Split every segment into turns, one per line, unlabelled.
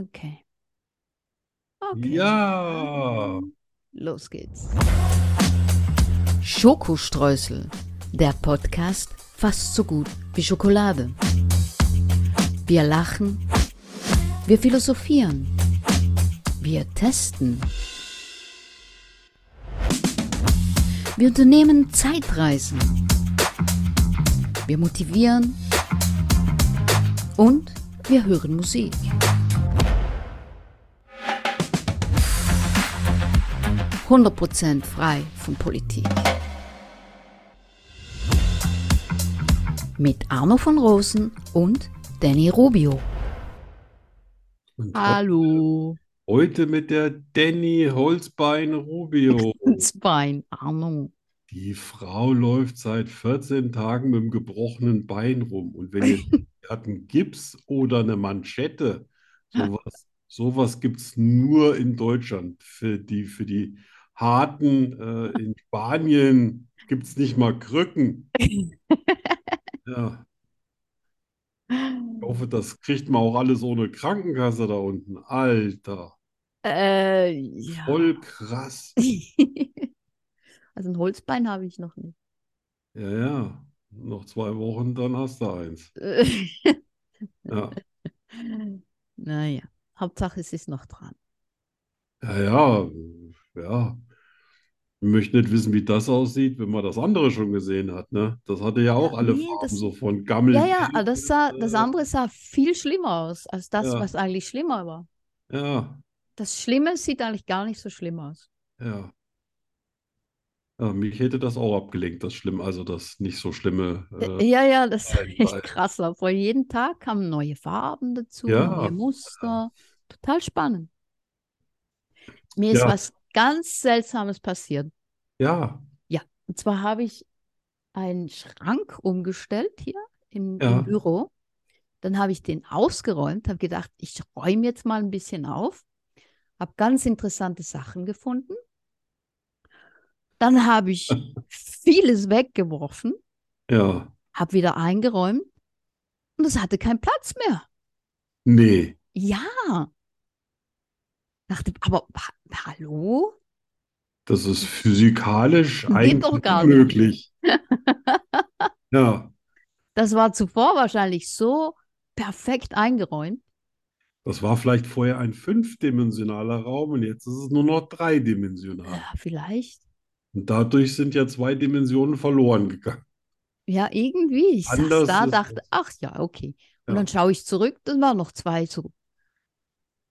Okay. Okay.
Ja.
Dann Los geht's. Schokostreusel. Der Podcast fast so gut wie Schokolade. Wir lachen. Wir philosophieren. Wir testen. Wir unternehmen Zeitreisen. Wir motivieren. Und wir hören Musik. Prozent frei von Politik. Mit Arno von Rosen und Danny Rubio.
Und
Ah.
ho-
Hallo.
heute mit der Danny Holzbein Rubio.
Bein, Arno.
Die Frau läuft seit 14 Tagen mit dem gebrochenen Bein rum. Und wenn ihr denkt, sie hat einen Gips oder eine Manschette, sowas, sowas gibt es nur in Deutschland. Für die, für die Harten äh, in Spanien gibt es nicht mal Krücken. Ja, ich hoffe, das kriegt man auch alles ohne Krankenkasse da unten. Alter,
Äh, ja.
voll krass.
Also ein Holzbein habe ich noch nicht.
Ja, ja. Noch zwei Wochen, dann hast du eins.
Äh,
Ja,
Naja, Hauptsache es ist noch dran.
ja, ja. ja. Ich möchte nicht wissen, wie das aussieht, wenn man das andere schon gesehen hat, ne? Das hatte ja auch alle
Nee,
Farben,
das-
so von Gammel.
Ja, ja, aber das sah, das
äh,
andere sah viel schlimmer aus, als das,
ja.
was eigentlich schlimmer war.
Ja,
Das Schlimme sieht eigentlich gar nicht so schlimm aus.
ja. Ja, mich hätte das auch abgelenkt, das schlimm, also das nicht so schlimme. Äh,
Ja, ja, das ist
Bein, Bein.
echt krass. Vor jeden Tag kamen neue Farben dazu,
Ja.
neue Muster. Total spannend. Mir ist
Ja.
was ganz Seltsames passiert.
ja,
Und zwar habe ich einen Schrank umgestellt hier im,
Ja.
im Büro. Dann habe ich den ausgeräumt, habe gedacht, ich räume jetzt mal ein bisschen auf. Habe ganz interessante Sachen gefunden. Dann habe ich vieles weggeworfen,
ja.
habe wieder eingeräumt und es hatte keinen Platz mehr.
Nee.
Ja. Dachte, aber ha hallo?
Das ist physikalisch
Geht
eigentlich
doch gar nicht.
unmöglich. Ja,
Das war zuvor wahrscheinlich so perfekt eingeräumt.
das war vielleicht vorher ein fünfdimensionaler Raum und jetzt ist es nur noch dreidimensional.
Ja, vielleicht.
Und dadurch sind ja zwei Dimensionen verloren gegangen.
Ja, irgendwie. Ich saß
Anders
da,
ist
dachte,
es.
ach ja, okay. Und
Ja.
dann schaue ich zurück, dann waren noch zwei so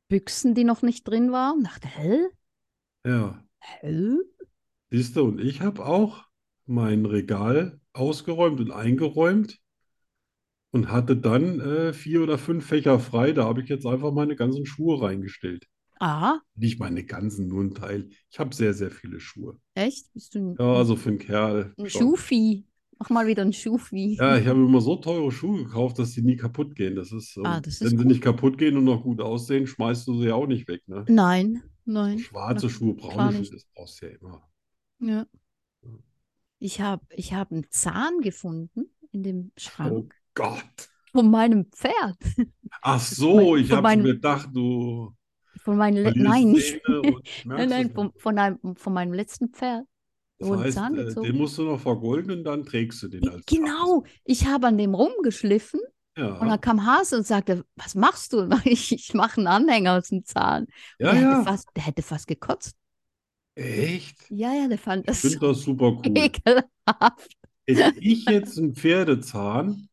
Büchsen, die noch nicht drin waren. Dachte, hä?
Ja,
Hä?
siehst du, und ich habe auch mein Regal ausgeräumt und eingeräumt und hatte dann äh, vier oder fünf Fächer frei. Da habe ich jetzt einfach meine ganzen Schuhe reingestellt.
Ah,
Nicht meine ganzen, nur ein Teil. Ich habe sehr, sehr viele Schuhe.
echt? Bist du ein,
Ja, also für einen Kerl
ein
schon.
Schufi? Mach mal wieder ein Schufi.
Ja, ich habe immer so teure Schuhe gekauft, dass die nie kaputt gehen. Das ist,
Ah,
und
das ist
wenn sie
gut.
nicht kaputt gehen und noch gut aussehen, schmeißt du sie ja auch nicht weg, ne?
Nein, nein.
Schwarze
na,
Schuhe,
klar
braune Schuhe,
nicht.
das brauchst du ja immer.
Ja. Ich habe ich hab einen Zahn gefunden in dem
Oh
Schrank
Gott.
von meinem Pferd.
Ach so,
mein-
ich
von
habe
meinem-
mir gedacht, du
Von meinem, Le-
verlierst
nein, nicht.
Zähne und
Nein,
merkst
nein,
es
von,
nicht.
von, einem, von meinem letzten Pferd.
Das
Wurde
heißt,
Zahn
äh,
gezogen.
den musst du noch vergolden und dann trägst du den als
Genau, Oh, ich habe an dem rumgeschliffen
Ja,
und dann kam Hase und sagte, was machst du? Und ich, ich mache einen Anhänger aus dem Zahn. Und
ja,
der,
ja.
hätte fast, der hätte fast gekotzt.
Echt?
Ja, ja, der fand
Ich
das
finde
so
das super cool.
ekelhaft.
Hätte ich jetzt einen Pferdezahn,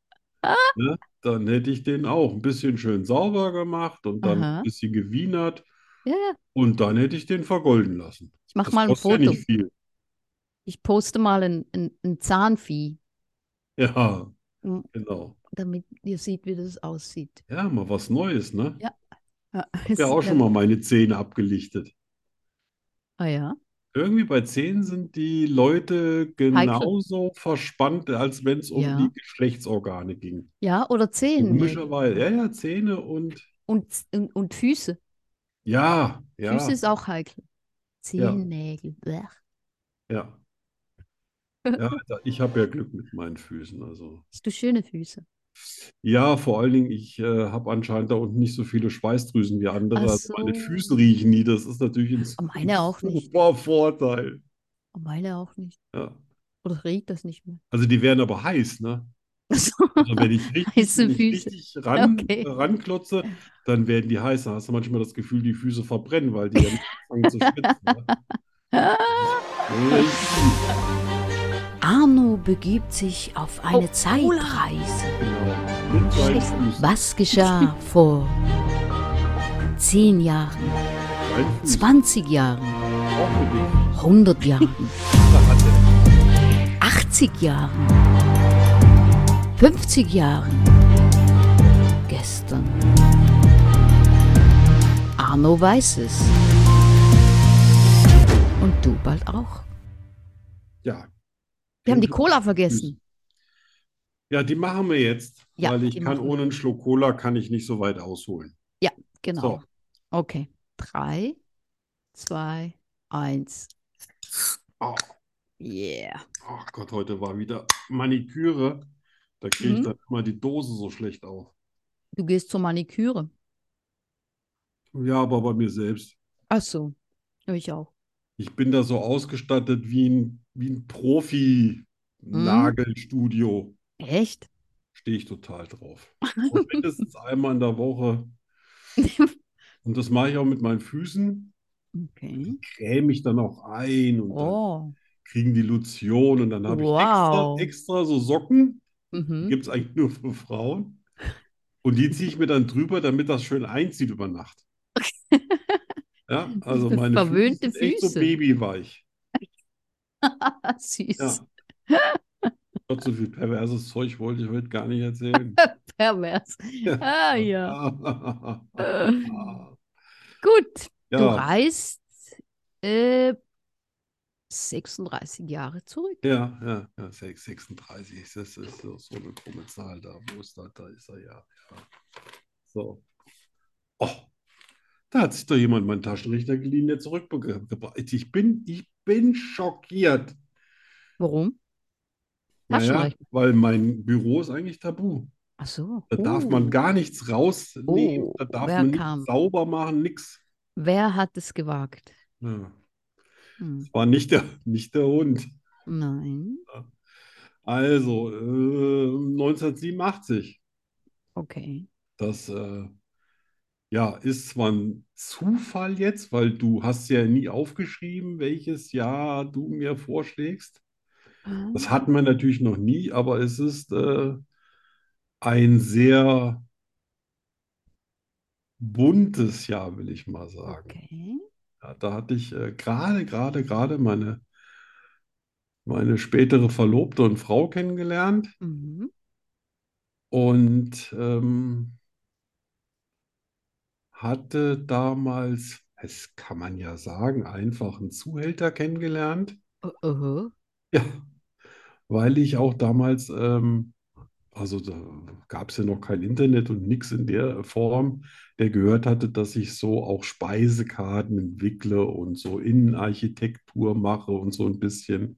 ne, dann hätte ich den auch ein bisschen schön sauber gemacht und dann
Aha.
ein bisschen gewienert
Ja, ja,
und dann hätte ich den vergolden lassen.
ich mache
Das
mal ein
kostet ja
Foto.
nicht viel.
Ich poste mal ein, ein, ein Zahnvieh,
Ja,
m-
genau.
damit ihr seht, wie das aussieht.
Ja, mal was Neues, ne?
Ja, Ja,
Ich habe ja auch schon mal meine Zähne abgelichtet.
Ah ja,
Irgendwie bei Zähnen sind die Leute genauso verspannt, als wenn es um
Ja.
die Geschlechtsorgane ging.
ja, oder Zehen. eben.
Komischerweise. Ja, ja, Zähne und
Und, und, und Füße.
ja, ja,
Füße ist auch heikel. Zehennägel. blech.
ja. Ja, Alter, ich habe ja Glück mit meinen Füßen. Also
Hast du schöne Füße?
Ja, vor allen Dingen, ich äh, habe anscheinend da unten nicht so viele Schweißdrüsen wie andere.
Ach
Also meine
so.
Füße riechen nie. Das ist natürlich ein,
Aber meine
ein
auch nicht.
super Vorteil.
Aber meine auch nicht.
Ja.
Oder riecht das nicht mehr?
Also die werden aber heiß, ne?
Also,
Also wenn ich richtig,
heiße
wenn ich
Füße.
richtig ran, äh,
Okay.
ranklotze, dann werden die heiß. Da hast du manchmal das Gefühl, die Füße verbrennen, weil die dann anfangen zu schwitzen. Ne? Nee, ich lieb.
Arno begibt sich auf eine
Oh, Cola.
Zeitreise.
Genau. Mit meinen Füßen.
Was geschah vor 10 Jahren,
Mein Fuß.
20 Jahren,
Auch mit dem Fuß.
100 Jahren,
Da hat er-
80 Jahren, 50 Jahren, gestern? Arno weiß es. Und du bald auch.
Ja.
Wir haben die
Klingt-
Cola vergessen.
Ja, die machen wir jetzt,
Ja,
weil ich
die
kann
machen wir.
ohne einen Schluck Cola kann ich nicht so weit ausholen.
Genau.
So,
Okay. Drei, zwei, eins.
oh,
Yeah.
oh Gott, heute war wieder Maniküre. Da kriege ich
Mhm.
dann immer die Dose so schlecht auf.
Du gehst zur Maniküre.
Ja, aber bei mir selbst.
Ach so. Ja, Ich auch.
Ich bin da so ausgestattet wie ein, wie ein Profi-Nagelstudio.
Mhm. Echt?
Stehe ich total drauf. Auch mindestens einmal in der Woche. Und das mache ich auch mit meinen Füßen.
Okay.
Creme ich dann auch ein und dann
Oh.
kriegen die Lotion. Und dann habe ich extra,
Wow.
extra so Socken. Die
Mhm.
gibt es eigentlich nur für Frauen. Und die ziehe ich mir dann drüber, damit das schön einzieht über Nacht. Ja, also
Ver-
meine Füße
verwöhnte
sind echt so
Füße.
babyweich.
Süß.
Ja. Gott, so viel perverses Zeug wollte ich heute gar nicht erzählen.
Pervers. Ah ja. Äh,
Ja,
Gut. Du reist äh, 36 Jahre zurück.
ja, ja, ja, sechs- 36, das ist so, so eine krumme Zahl da. Wo ist da? Da ist er ja. ja. So. Oh, da hat sich doch jemand meinen Taschenrechner geliehen, der zurückgebracht. Ich bin, ich bin schockiert.
Warum?
Naja,
Taschenrechner.
weil mein Büro ist eigentlich tabu.
Ach so.
Da darf man
Oh.
gar nichts rausnehmen,
Oh,
da darf
wer
man nichts
kam?
sauber machen, nichts.
Wer hat es gewagt?
Ja.
Hm.
Das war nicht der, nicht der Hund.
Nein.
Also, äh, 1987.
Okay.
Das äh, ja, ist zwar ein Zufall jetzt, weil du hast ja nie aufgeschrieben, welches Jahr du mir vorschlägst. Das hatten wir natürlich noch nie, aber es ist äh, ein sehr buntes Jahr, will ich mal sagen.
Okay.
Ja, da hatte ich äh, gerade, gerade, gerade meine, meine spätere Verlobte und Frau kennengelernt.
Mhm.
Und ähm, hatte damals, es kann man ja sagen, einfach einen Zuhälter kennengelernt.
Oh, oh.
Ja, weil ich auch damals, ähm, also da gab es ja noch kein Internet und nichts in der Form, der gehört hatte, dass ich so auch Speisekarten entwickle und so Innenarchitektur mache und so ein bisschen.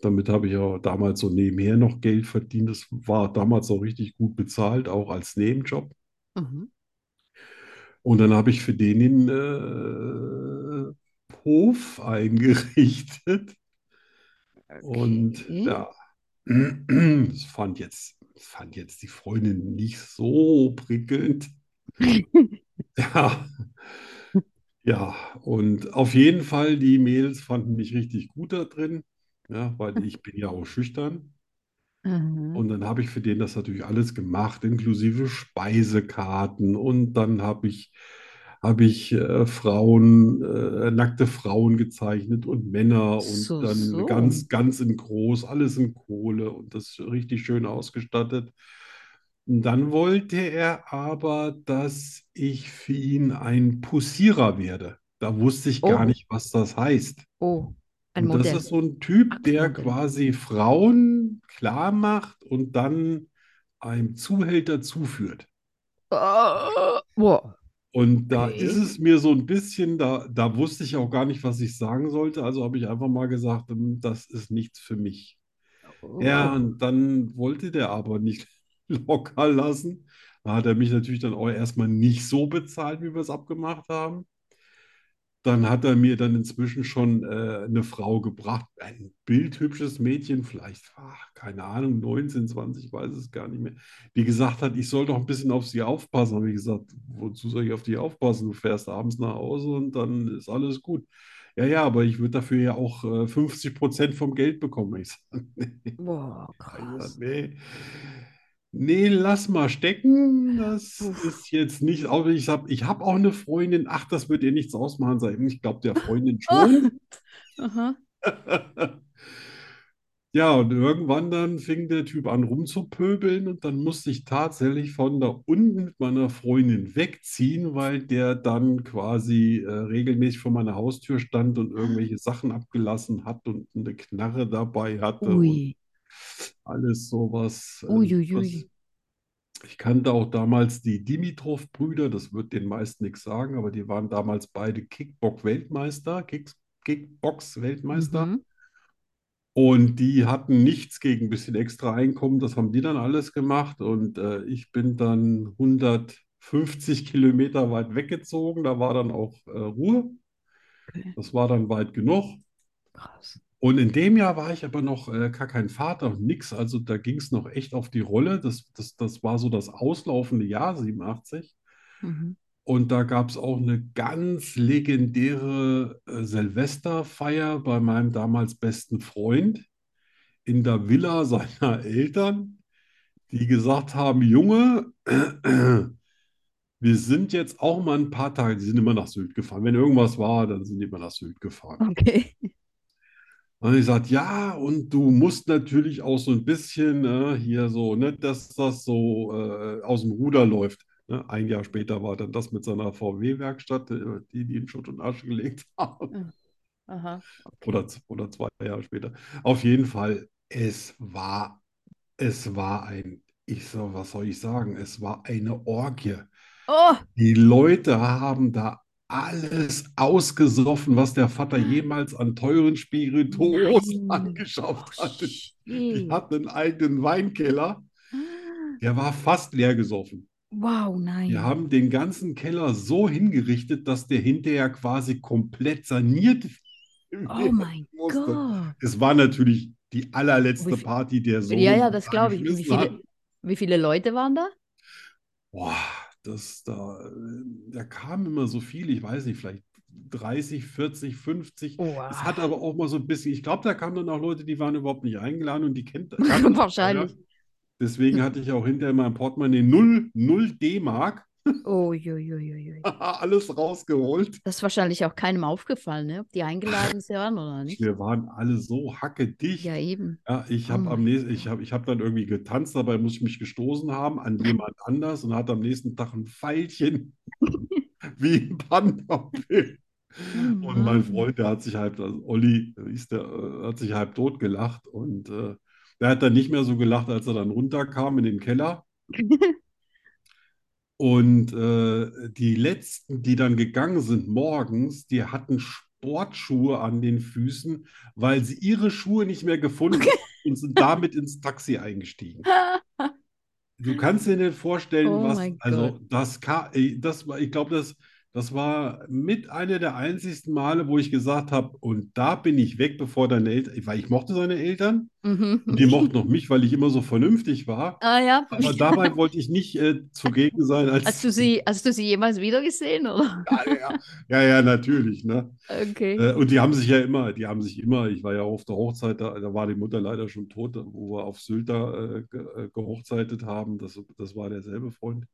Damit habe ich ja damals so nebenher noch Geld verdient. Das war damals auch richtig gut bezahlt, auch als Nebenjob.
Mhm.
Und dann habe ich für den den äh, Hof eingerichtet. Und
Okay. Mhm.
ja, das fand jetzt, das fand jetzt die Freundin nicht so prickelnd. Ja. Ja, und auf jeden Fall, die Mädels fanden mich richtig gut da drin, ja, weil ich bin ja auch schüchtern.
Mhm.
Und dann habe ich für den das natürlich alles gemacht, inklusive Speisekarten. Und dann habe ich, habe ich äh, Frauen, äh, nackte Frauen gezeichnet und Männer und
So,
dann
so.
ganz, ganz in groß, alles in Kohle und das richtig schön ausgestattet. Und dann wollte er aber, dass ich für ihn ein Pussierer werde. Da wusste ich gar
Oh.
nicht, was das heißt.
Oh, ein
Und das
Modell.
ist so ein Typ, der
Axtmodell.
quasi Frauen klar macht und dann einem Zuhälter zuführt.
Oh, wow.
Und da ist
Okay.
es mir so ein bisschen, da, da wusste ich auch gar nicht, was ich sagen sollte. Also habe ich einfach mal gesagt, "Hm, das ist nichts für mich. Ja,
Wow.
und dann wollte der aber nicht locker lassen. Da hat er mich natürlich dann auch erstmal nicht so bezahlt, wie wir es abgemacht haben. Dann hat er mir dann inzwischen schon äh, eine Frau gebracht, ein bildhübsches Mädchen, vielleicht, ach, keine Ahnung, 19, 20, weiß es gar nicht mehr, die gesagt hat, ich soll doch ein bisschen auf sie aufpassen. Habe ich gesagt, wozu soll ich auf die aufpassen? Du fährst abends nach Hause und dann ist alles gut. Ja, ja, aber ich würde dafür ja auch äh, 50 Prozent vom Geld bekommen. Ich sage,
Boah, krass.
Ah, nee, nee, lass mal stecken. Das
Uff.
ist jetzt nicht, aber ich habe ich hab auch eine Freundin. Ach, das wird ihr nichts ausmachen sein. Ich glaube, der Freundin schon.
Aha.
Ja, und irgendwann dann fing der Typ an rumzupöbeln und dann musste ich tatsächlich von da unten mit meiner Freundin wegziehen, weil der dann quasi äh, regelmäßig vor meiner Haustür stand und irgendwelche Sachen abgelassen hat und eine Knarre dabei hatte und
Ui.
alles sowas. Ähm,
Uiuiui.
das, ich kannte auch damals die Dimitrov-Brüder, das wird den meisten nichts sagen, aber die waren damals beide Kickbox-Weltmeister, Kicks- Kickbox-Weltmeister.
Mhm.
Und die hatten nichts gegen ein bisschen extra Einkommen. Das haben die dann alles gemacht. Und äh, ich bin dann 150 Kilometer weit weggezogen. Da war dann auch äh, Ruhe.
Okay.
Das war dann weit genug.
Krass.
Und in dem Jahr war ich aber noch äh, gar kein Vater und nix. Also da ging es noch echt auf die Rolle. Das, das, das war so das auslaufende Jahr 87.
Mhm.
Und da gab es auch eine ganz legendäre äh, Silvesterfeier bei meinem damals besten Freund in der Villa seiner Eltern, die gesagt haben, Junge, wir sind jetzt auch mal ein paar Tage, die sind immer nach Sylt gefahren. Wenn irgendwas war, dann sind die immer nach Sylt gefahren.
Okay.
Und ich sagte, ja, und du musst natürlich auch so ein bisschen äh, hier so, ne, dass das so äh, aus dem Ruder läuft. Ne? Ein Jahr später war dann das mit seiner VW-Werkstatt, äh, die, die in Schutt und Asche gelegt haben.
Aha. Okay.
Oder, z- oder zwei Jahre später. Auf jeden Fall, es war, es war ein, ich so, was soll ich sagen? Es war eine Orgie.
Oh,
Die Leute haben da alles ausgesoffen, was der Vater jemals an teuren Spirituosen
Nein. oh
angeschafft hatte. Die
shit.
hatten einen eigenen Weinkeller. Der war fast leer gesoffen.
Wow, nein.
Die haben den ganzen Keller so hingerichtet, dass der hinterher quasi komplett saniert
Oh
werden
mein
musste.
Gott.
Es war natürlich die allerletzte
Wie viel-
Party, der Sohn
Ja, ja, das
da
glaube ich. Und Wie
geschmissen hat.
viele, wie viele Leute waren da?
Boah, das da, äh, da kamen immer so viele, ich weiß nicht, vielleicht 30, 40, 50.
Oh,
Es hat aber auch mal so ein bisschen, ich glaube, da kamen dann auch Leute, die waren überhaupt nicht eingeladen und die kennt kannten auch keiner.
Wahrscheinlich.
Deswegen hatte ich auch hinter meinem Portemonnaie 0, 0 D-Mark,
oh, jo, jo, jo, jo.
Ah. alles rausgeholt.
Das ist wahrscheinlich auch keinem aufgefallen, ne? ob die eingeladen sind oder nicht.
Wir waren alle so hackedicht.
Mhm. Ja, eben.
Ja, ich
Oh
habe
mein
am nächsten, ich habe ich hab dann irgendwie getanzt, dabei muss ich mich gestoßen haben an jemand anders und hatte am nächsten Tag ein Pfeilchen wie ein Panda-Pilz.
Mhm.
Und mein
Mann.
Freund, der hat sich halb, also Olli äh, hieß der, äh, hat sich halb tot gelacht und äh, der hat dann nicht mehr so gelacht, als er dann runterkam in den Keller. Und äh, die letzten, die dann gegangen sind morgens, die hatten Sportschuhe an den Füßen, weil sie ihre Schuhe nicht mehr gefunden haben und sind damit ins Taxi eingestiegen. Du kannst dir nicht vorstellen,
Oh
was,
mein
also
Gott.
das, ka- ey, das war, ich glaube, das, das war mit einer der einzigsten Male, wo ich gesagt habe, und da bin ich weg, bevor deine Eltern, weil ich mochte seine Eltern und die
Mhm.
mochten noch mich, weil ich immer so vernünftig war.
Ah ja,
Aber dabei wollte ich nicht äh, zugegen sein, als
hast du sie, hast du sie jemals wieder gesehen, oder?
Ja, ja, ja, ja, natürlich, ne?
Okay.
Äh, Und die haben sich ja immer, die haben sich immer, ich war ja auf der Hochzeit, da, da war die Mutter leider schon tot, wo wir auf Sylt da äh, ge äh, gehochzeitet haben. Das, das war derselbe Freund.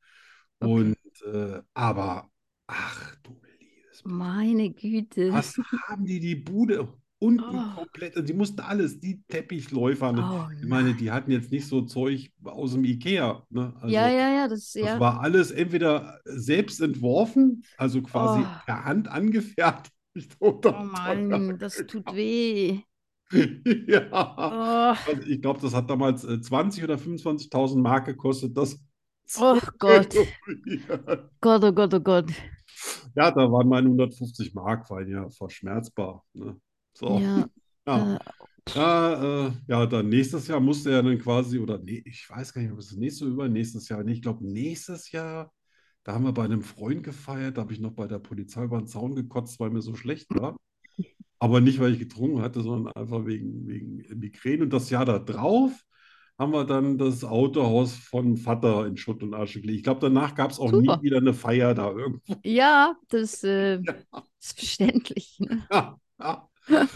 Okay.
Und äh, aber, ach du liebes Bild,
Meine Güte.
was haben die die Bude unten
Oh.
komplett, und die mussten alles, die Teppichläufer, ne?
Oh
Ich meine,
nein.
die hatten jetzt nicht so Zeug aus dem IKEA, ne?
Ja,
Also.
ja, ja, das,
Das
ja.
war alles entweder selbst entworfen, also quasi
Oh.
per Hand angefertigt
Oh
oder teuer.
Mann, das tut weh.
Ja.
Oh,
Also ich glaube, das hat damals äh, 20 oder 25.000 Mark gekostet, das zu
oh Gott.
renovieren.
Gott, oh Gott, oh Gott.
Ja, da waren meine 150 Mark, waren ja verschmerzbar. Ne? So,
Ja,
ja.
äh,
Ja, äh, ja, dann nächstes Jahr musste er dann quasi, oder nee, ich weiß gar nicht, ob es nächstes oder übernächstes Jahr, nee, ich glaube nächstes Jahr, da haben wir bei einem Freund gefeiert, da habe ich noch bei der Polizei über den Zaun gekotzt, weil mir so schlecht war. Aber nicht, weil ich getrunken hatte, sondern einfach wegen, wegen Migräne. Und das Jahr da drauf haben wir dann das Autohaus von Vater in Schutt und Asche gelegt. Ich glaube, danach gab es auch
Super.
nie wieder eine Feier da irgendwo.
Ja, das äh, ist verständlich. Ne?
Ja, ja.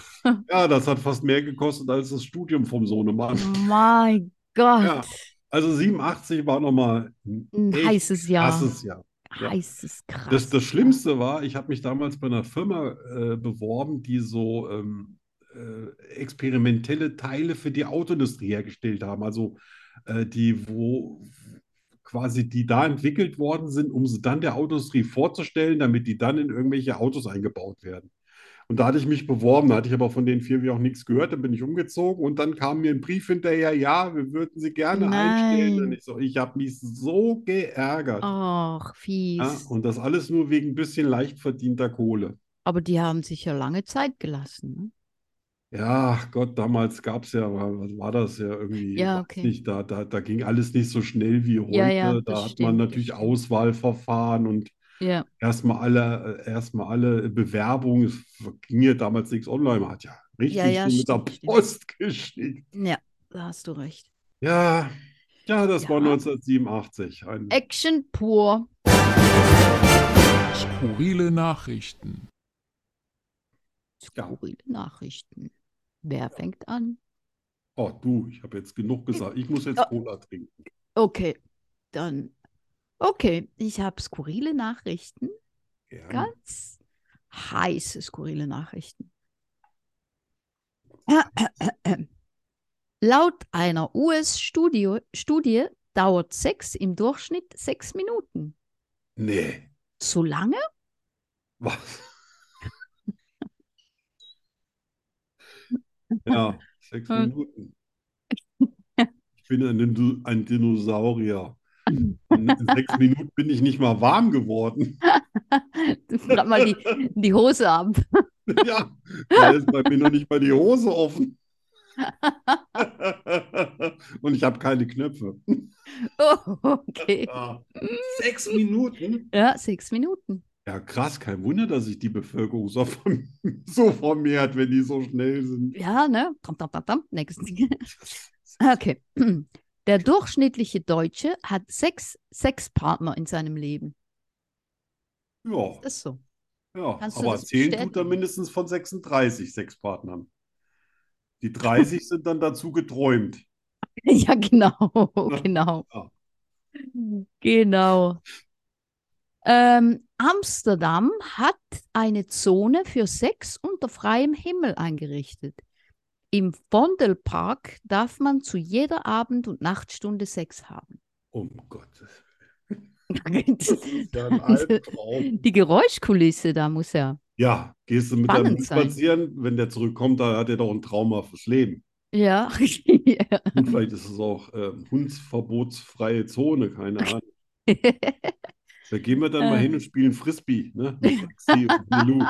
ja, das hat fast mehr gekostet als das Studium vom Sohnemann.
Mein Gott,
Ja, also 87 war nochmal ein
ein
echt
heißes Jahr.
krasses Jahr. ja.
Heißes, krass.
Das, das Schlimmste war, ich habe mich damals bei einer Firma äh, beworben, die so ähm, äh, experimentelle Teile für die Autoindustrie hergestellt haben. Also äh, die, wo quasi die da entwickelt worden sind, um sie dann der Autoindustrie vorzustellen, damit die dann in irgendwelche Autos eingebaut werden. Und da hatte ich mich beworben, da hatte ich aber von den vier wie auch nichts gehört, dann bin ich umgezogen und dann kam mir ein Brief hinterher, ja, wir würden sie gerne einstellen.
Nein.
Und ich so, ich habe mich so geärgert.
Ach, fies.
Ja, und das alles nur wegen ein bisschen leicht verdienter Kohle.
Aber die haben sich ja lange Zeit gelassen. Ne?
Ja, Gott, damals gab es ja, war, was war das ja irgendwie,
Ja,
weiß
okay.
nicht, da, da, da ging alles nicht so schnell wie
Ja, ja,
heute. Da
das
hat
stimmt,
man
das
natürlich
stimmt.
Auswahlverfahren und
Ja,
erstmal alle, äh, erstmal alle Bewerbungen. Es ging ja damals nichts online, man hat ja
Ja,
richtig
ja,
so mit der
stimmt, stimmt.
Post geschickt.
ja, da hast du recht.
Ja, ja, das war
Ja.
1987. Ein,
Action pur.
Skurrile Nachrichten.
Ja.
Skurrile Nachrichten. Wer fängt an?
oh, du, ich habe jetzt genug gesagt. Ich muss jetzt
Ja.
Cola trinken.
Okay, dann. Okay, ich habe skurrile Nachrichten.
Gerne.
Ganz heiße, skurrile Nachrichten. Laut einer US-Studie Studie dauert Sex im Durchschnitt sechs Minuten.
Nee,
Zu lange?
was? Ja, sechs
Und-
Minuten. Ich bin ein, Dino- ein Dinosaurier. In sechs Minuten bin ich nicht mal warm geworden.
Grad mal die, die Hose ab.
Ja, da ist bei mir noch nicht mal die Hose offen. Und ich habe keine Knöpfe.
Oh, okay.
Ah, Sechs Minuten?
Ja, sechs Minuten.
Ja, krass, kein Wunder, dass sich die Bevölkerung so, verm so vermehrt, wenn die so schnell sind.
Ja, ne? Tam, tam, tam, tam. Next. Okay. Der durchschnittliche Deutsche hat sechs Sexpartner in seinem Leben.
Ja,
Das ist so.
ja.
Kannst du
Aber
das
zählen
bestätigen?
tut er mindestens von 36 Sexpartnern. Die 30 sind dann dazu geträumt.
Ja, genau, genau.
Ja.
Genau. Ähm, Amsterdam hat eine Zone für Sex unter freiem Himmel eingerichtet. Im Vondelpark darf man zu jeder Abend- und Nachtstunde Sex haben.
Um Gottes Das
Die
ist ja ein Albtraum.
Geräuschkulisse da muss ja.
Ja, gehst du mit
Spannend
deinem Hund
sein.
spazieren, wenn der zurückkommt, dann hat er doch ein Trauma fürs Leben.
Ja.
Gut, vielleicht ist es auch ähm, hundsverbotsfreie Zone, keine Ahnung. Da gehen wir dann mal
Äh.
hin und spielen Frisbee, ne? Mit Maxi und Milou.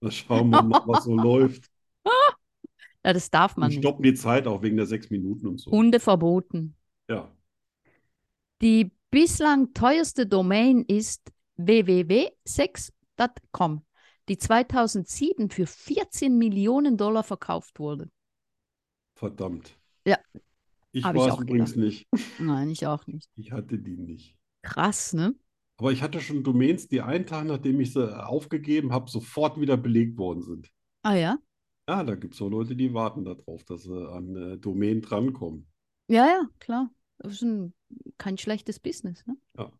Dann schauen wir mal, was so läuft.
Ja, das darf man
Und
nicht.
stoppen die Zeit auch wegen der sechs Minuten und so.
Hunde verboten.
Ja.
Die bislang teuerste Domain ist www.sex.com, die 2007 für 14 Millionen Dollar verkauft wurde.
Verdammt.
Ja.
Ich
Hab ich
war es
auch
übrigens nicht.
Nein, ich auch nicht.
Ich hatte die nicht.
Krass, ne?
Aber ich hatte schon Domains, die einen Tag, nachdem ich sie äh, aufgegeben habe, sofort wieder belegt worden sind.
Ah ja.
Ja, da gibt es auch Leute, die warten darauf, dass sie an äh, Domain drankommen.
Ja, ja, klar. Das ist ein, kein schlechtes Business, ne?
Ja.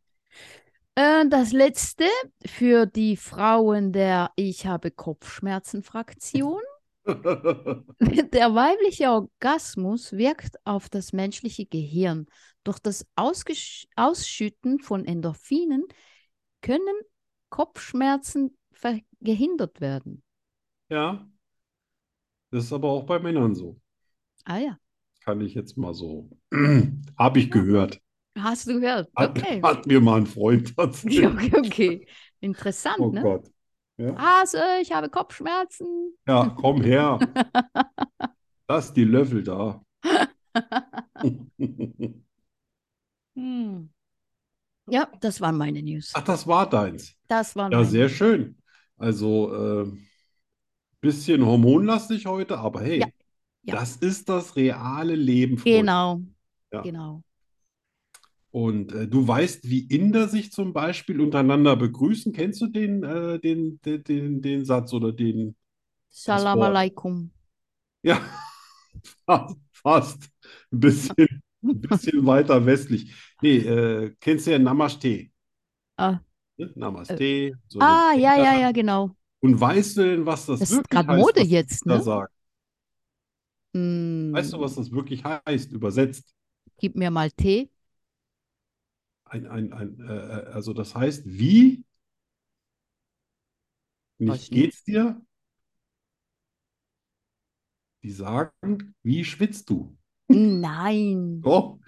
Äh, das letzte für die Frauen der Ich habe Kopfschmerzen-Fraktion. Der weibliche Orgasmus wirkt auf das menschliche Gehirn. Durch das Ausgesch Ausschütten von Endorphinen können Kopfschmerzen ver- gehindert werden.
Ja, das ist aber auch bei Männern so.
Ah ja,
Kann ich jetzt mal so. Habe ich gehört.
hast du gehört?
Hat,
Okay.
hat mir mal ein Freund erzählt.
Okay, okay. Interessant,
Oh
ne? Also,
Gott. Ja.
Hase, ich habe Kopfschmerzen.
Ja, komm her. Lass die Löffel da.
Hm. Ja, das waren meine News.
Ach, das war deins.
Das waren
Ah, Ja,
meine
sehr schön. Also, ähm, bisschen hormonlastig heute, aber hey,
Ja, ja.
das ist das reale Leben, Freunde.
Genau.
Ja.
Genau.
Und äh, du weißt, wie Inder sich zum Beispiel untereinander begrüßen. Kennst du den, äh, den, den, den, den Satz oder den?
Salam
Wort.
alaikum.
Ja, fast, fast. Ein bisschen, ein bisschen weiter westlich. Nee, äh, kennst du ja Namaste?
Ah.
Ne? Namaste. So eine
Ah, ja, ja,
Inder-
ja, genau.
Und weißt du denn, was das
Das ist
wirklich
gerade
heißt,
Mode
was
jetzt,
da
ne?
sagt?
Hm,
Weißt du, was das wirklich heißt, übersetzt?
gib mir mal Tee.
Ein, ein, ein, äh, äh, also das heißt, wie?
Weiß
Nicht
nicht.
geht's dir? Die sagen, wie schwitzt du?
Nein.
Oh,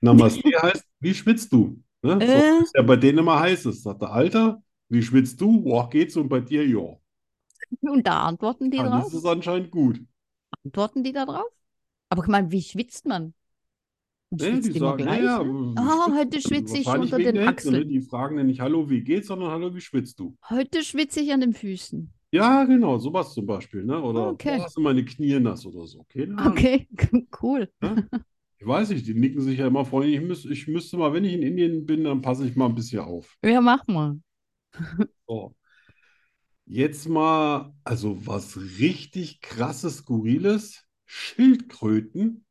Namaste heißt, wie schwitzt du? Ne? So
Äh,
ist ja bei denen immer heiß ist. Sagt der Alter, wie schwitzt du? Boah, geht's und bei dir, ja.
Und da antworten die
Dann ist
drauf?
es anscheinend gut.
Antworten die da drauf? Aber ich meine, wie schwitzt man? Man
Ne,
schwitzt
die
immer
sagen,
gleich,
naja,
ne?
wie
Ah,
schwitzt
heute
du?
schwitze ich
Wahrscheinlich
unter
wegen
den
der Hitze, ne?
Achseln.
Die fragen dann nicht, hallo, wie geht's, sondern hallo, wie schwitzt du?
Heute schwitze ich an den Füßen.
Ja, genau, sowas zum Beispiel, ne? Oder
Ah, Okay.
boah, sind meine Knie nass oder so. Keine Ahnung.
Okay, cool.
Ich weiß nicht, die nicken sich ja immer Freunde. Ich, müß, ich müsste mal, wenn ich in Indien bin, dann passe ich mal ein bisschen auf.
Ja, mach mal.
So. Jetzt mal, also was richtig krasses, skurriles. Schildkröten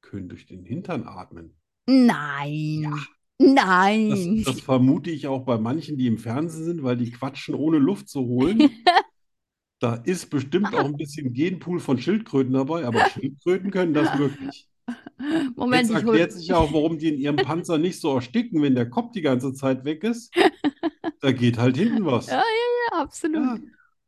können durch den Hintern atmen.
Nein. Nein.
Das, das vermute ich auch bei manchen, die im Fernsehen sind, weil die quatschen, ohne Luft zu holen. Da ist bestimmt auch ein bisschen Genpool von Schildkröten dabei, aber Schildkröten können das wirklich.
Moment,
Jetzt
ich hol.
erklärt sich ja auch, warum die in ihrem Panzer nicht so ersticken, wenn der Kopf die ganze Zeit weg ist. Da geht halt hinten was.
Ja, ja, ja, absolut.
Ja,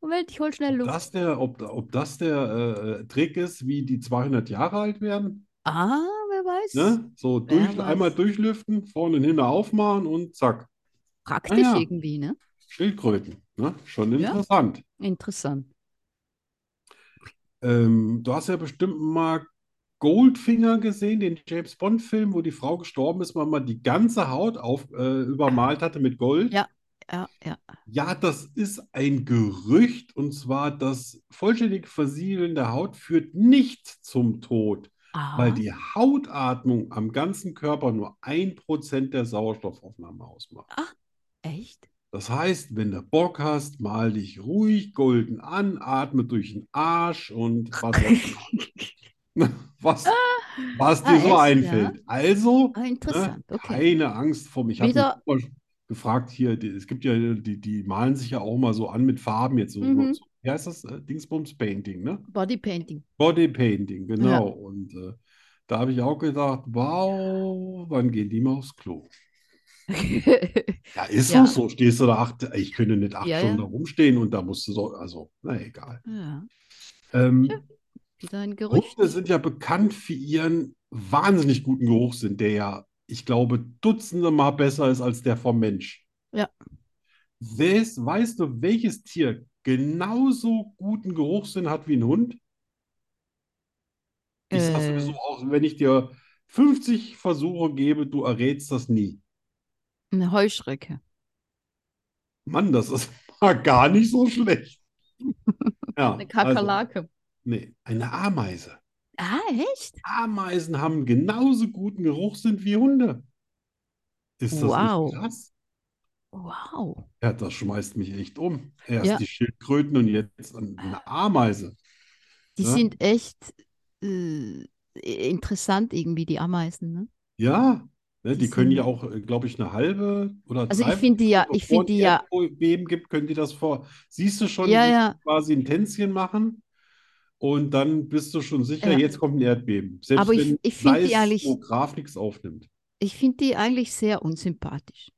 Moment, ich hol schnell
ob
Luft.
das der, ob, ob das der äh, Trick ist, wie die 200 Jahre alt werden.
Ah, wer weiß.
Ne? So
Wer
durch,
weiß.
einmal durchlüften, vorne und hinten aufmachen und zack,
Praktisch
Ah, ja.
irgendwie, ne?
Schildkröten. Ne? Schon
Ja.
interessant.
Interessant.
Ähm, du hast ja bestimmt mal Goldfinger gesehen, den James Bond-Film, wo die Frau gestorben ist, weil man die ganze Haut auf, äh, übermalt hatte mit Gold.
Ja. Ja, ja.
Ja, das ist ein Gerücht, und zwar das vollständig Versiegeln der Haut führt nicht zum Tod,
Ah,
weil die Hautatmung am ganzen Körper nur 1% der Sauerstoffaufnahme ausmacht.
Ah, echt?
Das heißt, wenn du Bock hast, mal dich ruhig golden an, atme durch den Arsch und was, was, was dir
Ah,
so
echt,
einfällt. Also,
Ah,
ne,
interessant, okay.
keine Angst vor mir. Ich habe mich
Wieder-
immer gefragt hier, die, es gibt ja, die, die malen sich ja auch mal so an mit Farben jetzt. So,
Mhm.
so, wie heißt das? Äh, Dingsbums Painting, ne?
Bodypainting.
Body Painting, genau. Und äh, da habe ich auch gedacht, wow, wann gehen die mal aufs Klo? Ja, ist
Ja.
doch so. Stehst du da acht, ey, ich könnte nicht acht
Ja,
Stunden
ja.
da rumstehen und da musst du so, also, na egal.
ja,
Ähm,
wieder ein Gerücht.
Hunde sind ja bekannt für ihren wahnsinnig guten Geruchssinn, der ja, ich glaube, dutzende Mal besser ist als der vom Mensch.
Ja.
Wes, weißt du, welches Tier genauso guten Geruchssinn hat wie ein Hund? Ich sage
Äh.
sowieso auch, wenn ich dir 50 Versuche gebe, du errätst das nie.
Eine Heuschrecke.
Mann, das ist mal gar nicht so schlecht. Ja,
Eine
Also,
Kakerlake.
nee, eine Ameise.
Ah, echt?
Ameisen haben genauso guten Geruchssinn wie Hunde. Ist das
Wow.
nicht krass?
Wow.
Ja, das schmeißt mich echt um. Erst
Ja.
die Schildkröten und jetzt eine Ameise.
Die
Ja.
sind echt äh, interessant irgendwie, die Ameisen, ne?
Ja, ne,
Die
die können
sind-
ja auch, glaube ich, eine halbe oder
Also ich
dreiviertel
finde die ja-
Stunde,
ich finde
bevor
die
ein
ja-
Erdbeben gibt, können die das vor. Siehst du schon,
Ja,
wie
ja.
die quasi ein Tänzchen machen? Und dann bist du schon sicher,
Ja.
jetzt kommt ein Erdbeben. Selbst
Aber ich-
wenn
ich find die eigentlich-
Seismograph nichts aufnimmt.
Ich finde die eigentlich sehr unsympathisch.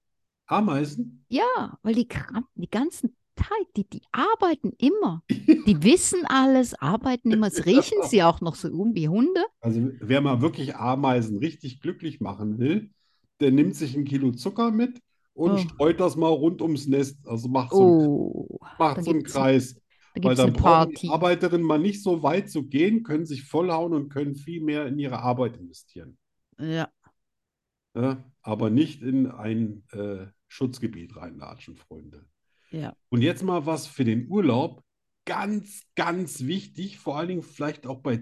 Ameisen?
Ja, weil die, kram- die ganzen Teig, die, die arbeiten immer. Die wissen alles, arbeiten immer. Es riechen sie auch noch so um wie Hunde.
Also wer mal wirklich Ameisen richtig glücklich machen will, der nimmt sich ein Kilo Zucker mit und
Oh.
streut das mal rund ums Nest. Also macht so, einen-
Oh,
macht
dann
so einen
gibt's-
Kreis.
Da
Weil
gibt es
dann
eine
brauchen die
Party.
Arbeiterinnen mal nicht so weit zu gehen, können sich vollhauen und können viel mehr in ihre Arbeit investieren.
Ja.
Ne? Aber nicht in ein äh, Schutzgebiet reinlatschen, Freunde.
Ja.
Und jetzt mal was für den Urlaub. Ganz, ganz wichtig, vor allen Dingen vielleicht auch bei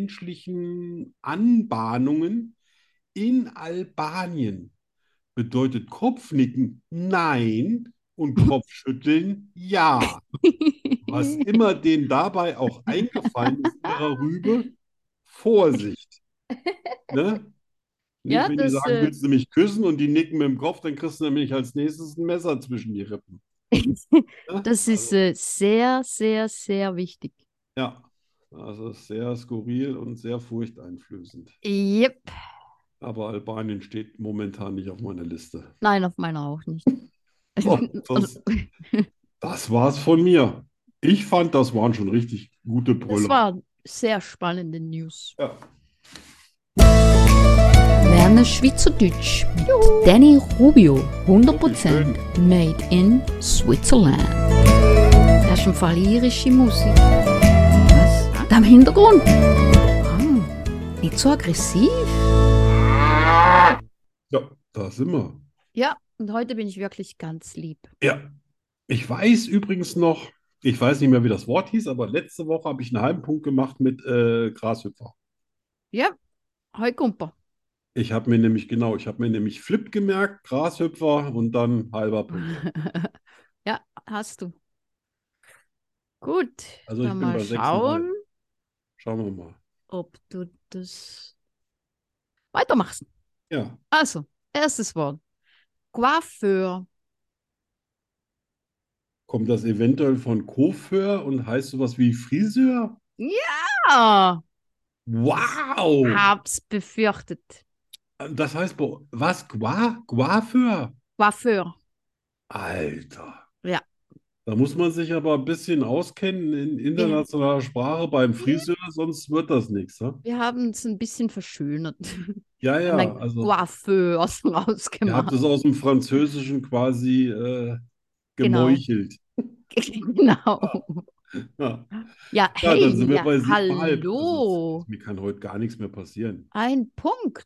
zwischenmenschlichen Anbahnungen in Albanien. Bedeutet Kopfnicken nein und Kopfschütteln ja. Was immer denen dabei auch eingefallen ist, ihrer Rübe, Vorsicht. Ne? Nicht,
Ja,
wenn die
das,
sagen,
äh,
willst du mich küssen und die nicken mit dem Kopf, dann kriegst du nämlich als nächstes ein Messer zwischen die Rippen. Ne?
Das ist
Also,
äh, sehr, sehr, sehr wichtig.
ja, das ist sehr skurril und sehr furchteinflößend.
Yep.
Aber Albanien steht momentan nicht auf meiner Liste.
Nein, auf meiner auch nicht.
Oh,
Also,
So, das, das war's von mir. Ich fand, das waren schon richtig gute
Das
Brüller.
waren sehr spannende News.
Ja.
Lerne Schweizerdeutsch mit Danny Rubio. 100% made in Switzerland. Das ist im Fall irische Musik. Was? Da im Hintergrund. Ah, nicht so aggressiv.
Ja, da sind wir.
Ja, und heute bin ich wirklich ganz lieb.
Ja, ich weiß übrigens noch, ich weiß nicht mehr, wie das Wort hieß, aber letzte Woche habe ich einen halben Punkt gemacht mit äh, Grashüpfer.
Ja, hoi Kumper.
Ich habe mir nämlich, genau, ich habe mir nämlich Flip gemerkt, Grashüpfer und dann halber Punkt.
Ja, hast du. Gut,
Also ich
dann
bin
mal
bei sechseinhalb.
schauen,
Schauen wir mal.
ob du das weitermachst.
Ja,
Also, erstes Wort. Coiffeur.
kommt das eventuell von Coiffeur und heißt sowas wie Friseur?
Ah,
Wow!
hab's befürchtet.
Das heißt, bo- was? Gua? Coiffeur?
Coiffeur.
Alter.
Ja.
Da muss man sich aber ein bisschen auskennen in internationaler Sprache beim Friseur, sonst wird das nichts. Ne?
Wir haben es ein bisschen verschönert.
Ja, ja,
Und dann
also
Coiffeur
ihr habt
rausgemacht.
es aus dem Französischen quasi äh,
Genau.
gemeuchelt.
Genau.
Ja,
Ja,
ja,
hey,
dann sind wir
ja,
bei siebeneinhalb. Also,
hallo.
es- mir kann heute gar nichts mehr passieren.
Ein Punkt.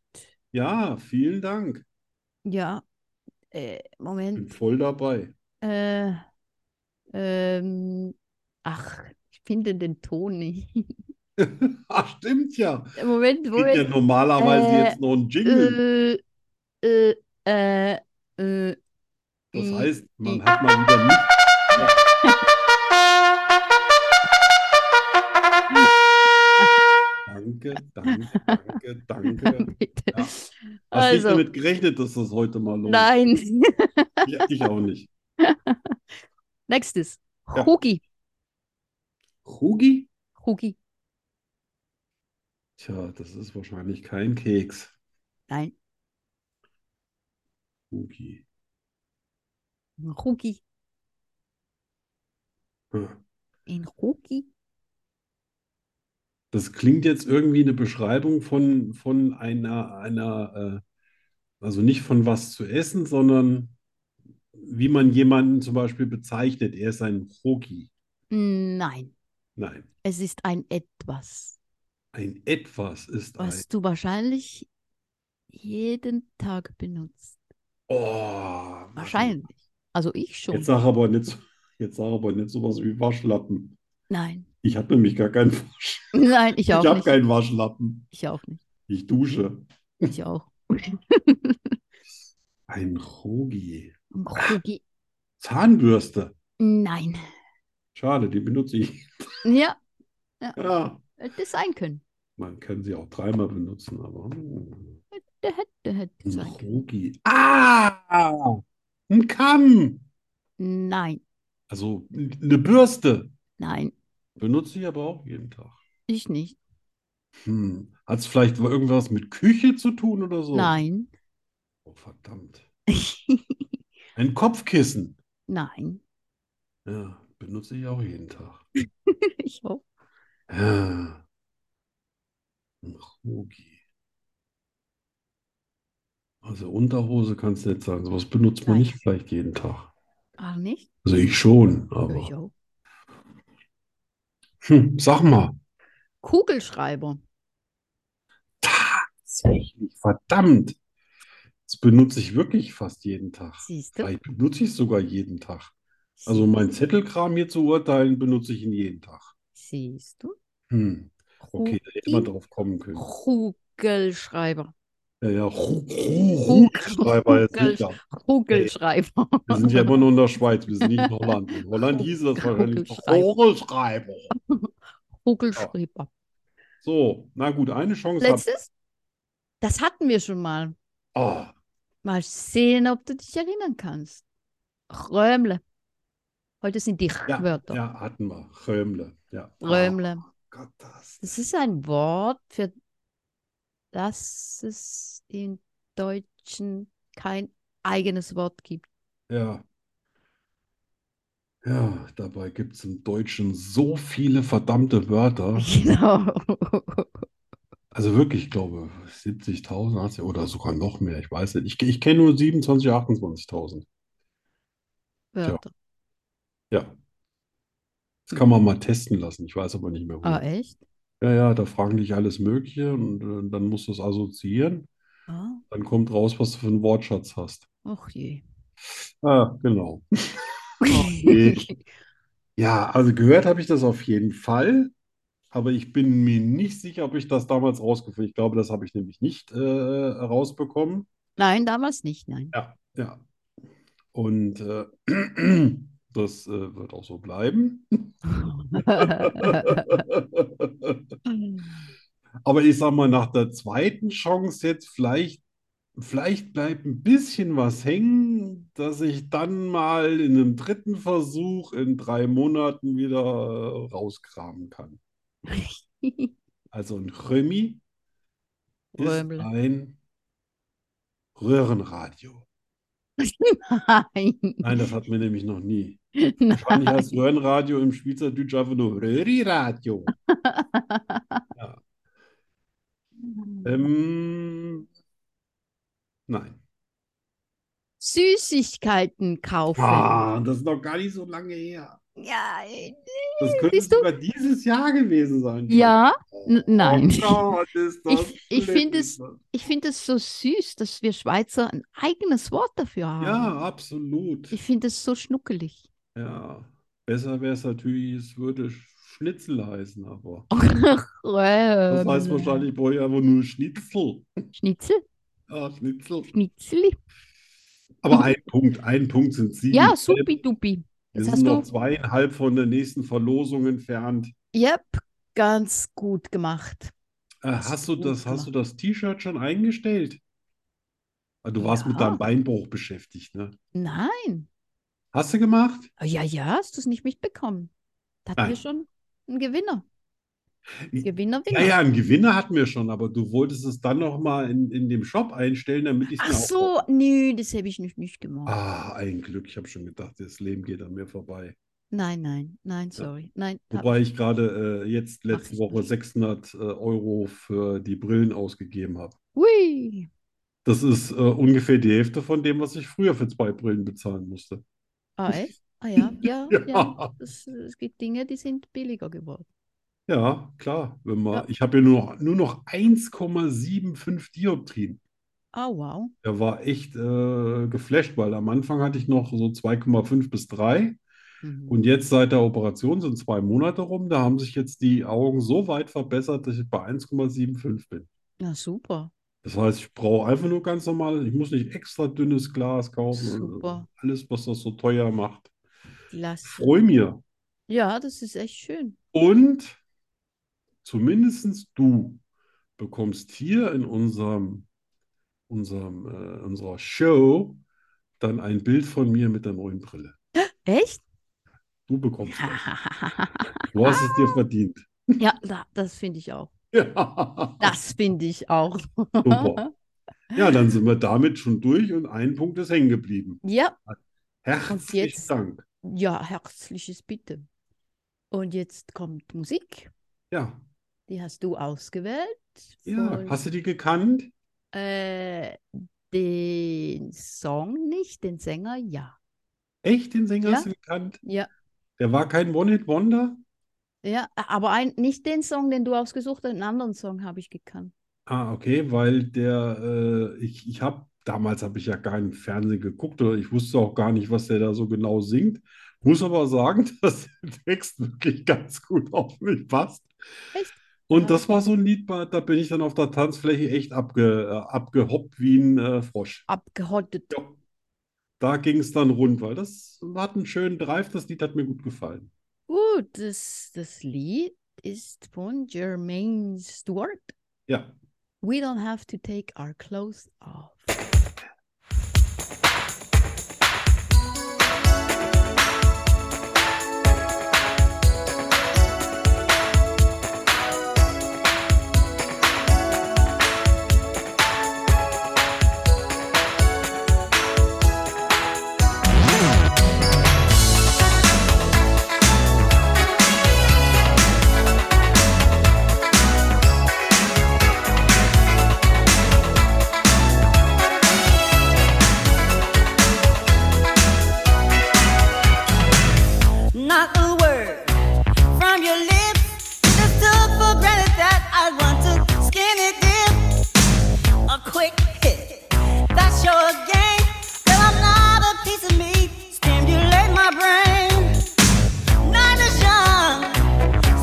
Ja, vielen Dank.
Ja, äh,
Bin
Moment.
voll dabei.
Äh, ähm, ach, ich finde den Ton nicht.
Ach, stimmt ja.
Moment,
Geht ja
Moment.
normalerweise
Äh,
jetzt noch ein Jingle.
Äh, äh, äh, äh,
Das
i-
heißt, man
i-
hat mal wieder mit.
Hm.
Danke, danke, danke, danke.
bitte.
Hm. Ja. Hast Hast nicht
Also,
damit gerechnet, dass das heute mal los
nein.
Ja, ich auch nicht.
Nächstes.
Ja.
Hugi.
Rugi?
Hugi.
Tja, das ist wahrscheinlich kein Keks.
Nein,
Rugi.
Hugi.
Hm.
Ein Hugi?
Das klingt jetzt irgendwie eine Beschreibung von, von einer, einer äh, also nicht von was zu essen, sondern wie man jemanden zum Beispiel bezeichnet. Er ist ein Rugi.
Nein,
Nein,
es ist ein Etwas,
ein Etwas ist ein.
was du wahrscheinlich jeden Tag benutzt.
Oh, Mann.
Wahrscheinlich. Also ich schon.
Jetzt sag aber nicht, so- jetzt sag aber nicht sowas wie Waschlappen.
Nein.
Ich habe nämlich gar keinen Wasch.
Nein, ich
Ich
auch
habe
nicht.
keinen Waschlappen.
Ich auch nicht.
Ich dusche.
Ich auch.
Ein Rogi.
Ein Hugi.
Zahnbürste.
Um Nein.
Schade, die benutze ich. Ah.
Ja,
Ja,
hätte sein können.
man kann sie auch dreimal benutzen, aber. hm.
Der hätte, hätte
Ein
sein können.
Rogi. Ah! Ein Kamm.
Nein,
Also eine Bürste.
nein,
Benutze ich aber auch jeden Tag.
ich nicht.
Hm. Hat es vielleicht irgendwas mit Küche zu tun oder so?
Nein,
Oh, verdammt. Ein Kopfkissen.
nein,
Ja, benutze ich auch jeden Tag.
ich auch.
Ja. Ein Rogi. Also Unterhose kannst du nicht sagen. Sowas benutzt man
Nein.
nicht vielleicht jeden Tag.
Ah, nicht?
Also ich schon,
Ich
aber
auch.
Hm, sag mal.
Kugelschreiber.
Tatsächlich, verdammt. Das benutze ich wirklich fast jeden Tag.
Siehst du?
Vielleicht benutze ich es sogar jeden Tag. Also mein Zettelkram hier zu urteilen, benutze ich ihn jeden Tag.
Siehst du?
Hm, okay, da hätte man drauf kommen können.
Kugelschreiber.
Ja, ja, Ru- Ru- Rugelschreiber, jetzt nicht ja.
Kugelschreiber.
Wir sind ja immer nur in der Schweiz, wir sind nicht in Holland. In Holland hieße das wahrscheinlich noch
Rugelschreiber.
Rugelschreiber.
Kugelschreiber.
So, na gut, eine Chance habe ich.
Letztes? Das hatten wir schon mal.
Ah,
Mal sehen, ob du dich erinnern kannst. Römle. Heute sind die Wörter.
ja, hatten wir. Römle. Ja.
Römle.
Ah, Gott, das.
Das ist ein Wort, für das es im Deutschen kein eigenes Wort gibt.
Ja. Ja, dabei gibt es im Deutschen so viele verdammte Wörter.
Genau.
Also wirklich, ich glaube, 70.000 hat's ja, oder sogar noch mehr. Ich weiß nicht. Ich, ich kenne nur 27.000, 28.000.
Wörter.
Ja. Das kann man mal testen lassen. Ich weiß aber nicht mehr, wo.
Ah, echt?
Ja, ja, da fragen dich alles Mögliche und äh, dann musst du es assoziieren.
Ah,
Dann kommt raus, was du für einen Wortschatz hast.
ach je.
Ah, genau. je. Ja, also gehört habe ich das auf jeden Fall, aber ich bin mir nicht sicher, ob ich das damals rausgefunden habe. Ich glaube, das habe ich nämlich nicht äh, rausbekommen.
Nein, damals nicht, nein.
Ja. Ja. Und äh, das äh, wird auch so bleiben. Aber ich sag mal, nach der zweiten Chance jetzt vielleicht, vielleicht bleibt ein bisschen was hängen, dass ich dann mal in einem dritten Versuch in drei Monaten wieder äh, rauskramen kann. Also ein Römi ist
Römle.
ein Röhrenradio.
Nein.
Nein, das hatten wir nämlich noch nie.
Nein.
Wahrscheinlich heißt Röhrenradio im Schweizerdeutsch einfach nur Röhri-Radio. Ähm, nein.
Süßigkeiten kaufen.
Ah, das ist noch gar nicht so lange her.
Ja,
Das könnte
Siehst du?
sogar dieses Jahr gewesen sein.
ja n- nein.
Oh Gott, ist das
Ich- ich
schlimm.
finde es- Ich finde es so süß, dass wir Schweizer ein eigenes Wort dafür haben.
Ja, absolut.
Ich finde es so schnuckelig.
Ja. Besser wäre es natürlich, es würde Schnitzel heißen, aber
Ähm,
das heißt wahrscheinlich brauche ich einfach nur Schnitzel.
Schnitzel?
Ja, Schnitzel.
Schnitzeli?
Aber ein Punkt, ein Punkt sind Sie.
Ja, supi-dupi.
Wir
Jetzt
sind
hast
noch
du.
zweieinhalb von der nächsten Verlosung entfernt.
Yep, ganz gut gemacht.
Äh,
Hast
hast du
du
das, hast du das T-Shirt schon eingestellt? Ah, Du warst mit
Ja.
deinem Beinbruch beschäftigt, ne?
Nein. Oh,
Hast du gemacht?
Ja, ja, hast du es nicht mitbekommen. Da hatten wir
Nein.
schon einen Gewinner.
Ja,
Gewinner,
Ja,
Winner.
ja, einen Gewinner hatten wir schon, aber du wolltest es dann noch mal in, in dem Shop einstellen, damit ich es
Ach
mir auch
so, nee, das habe ich nicht, nicht gemacht.
Ah, ein Glück. Ich habe schon gedacht, das Leben geht an mir vorbei.
Nein, nein, nein, sorry. Nein, ah, hab-
Wobei ich gerade äh, jetzt letzte
ich
Woche
nicht.
600 äh, Euro für die Brillen ausgegeben habe.
Hui.
Das ist äh, ungefähr die Hälfte von dem, was ich früher für zwei Brillen bezahlen musste.
Ah, echt? Ah ja, ja, ja.
Ja.
Es, es gibt Dinge, die sind billiger geworden.
Ja, klar, wenn man,
Ja.
ich habe ja nur noch, nur noch 1,75 Dioptrien.
Ah, wow.
Der war echt äh, geflasht, weil am Anfang hatte ich noch so 2,5 bis 3
Mhm.
und jetzt seit der Operation sind zwei Monate rum, da haben sich jetzt die Augen so weit verbessert, dass ich bei 1,75 bin.
Na super,
Das heißt, ich brauche einfach nur ganz normal, ich muss nicht extra dünnes Glas kaufen und
Super.
alles, was das so teuer macht.
klasse.
Freue mir.
Ja, das ist echt schön.
Und zumindest du bekommst hier in unserem, unserem, äh, unserer Show dann ein Bild von mir mit der neuen Brille.
Echt?
Du bekommst das. Du hast es dir verdient.
Ja, da, das finde ich auch.
Ja,
Das finde ich auch.
super. Ja, dann sind wir damit schon durch und ein Punkt ist hängen geblieben.
Ja,
Herzlichen
jetzt-
Dank.
ja, herzliches Bitte. Und jetzt kommt Musik.
Ja,
Die hast du ausgewählt.
ja.
Von,
Hast du die gekannt?
äh, den Song nicht, den Sänger ja.
Echt, den Sänger
Ja.
hast du gekannt?
Ja.
Der war kein One-Hit-Wonder?
Ja, aber ein, nicht den Song, den du ausgesucht hast, einen anderen Song habe ich gekannt.
Ah, okay, weil der, äh, ich, ich habe, damals habe ich ja keinen Fernsehen geguckt oder ich wusste auch gar nicht, was der da so genau singt. Muss aber sagen, dass der Text wirklich ganz gut auf mich passt.
Echt? Ja.
Und das war so ein Lied, da da bin ich dann auf der Tanzfläche echt abge, äh, abgehoppt wie ein äh, Frosch.
Abgehottet.
Ja. Da ging es dann rund, weil das hat einen schönen Drive, das Lied hat mir gut gefallen.
Gut, das, das Lied ist von Jermaine Stewart.
Ja.
We don't have to take our clothes off.
Not a word from your lips. Just took for granted that I want to skin it dip. A quick hit, that's your game. Girl, I'm not a piece of meat. Stimulate my brain. Not as young,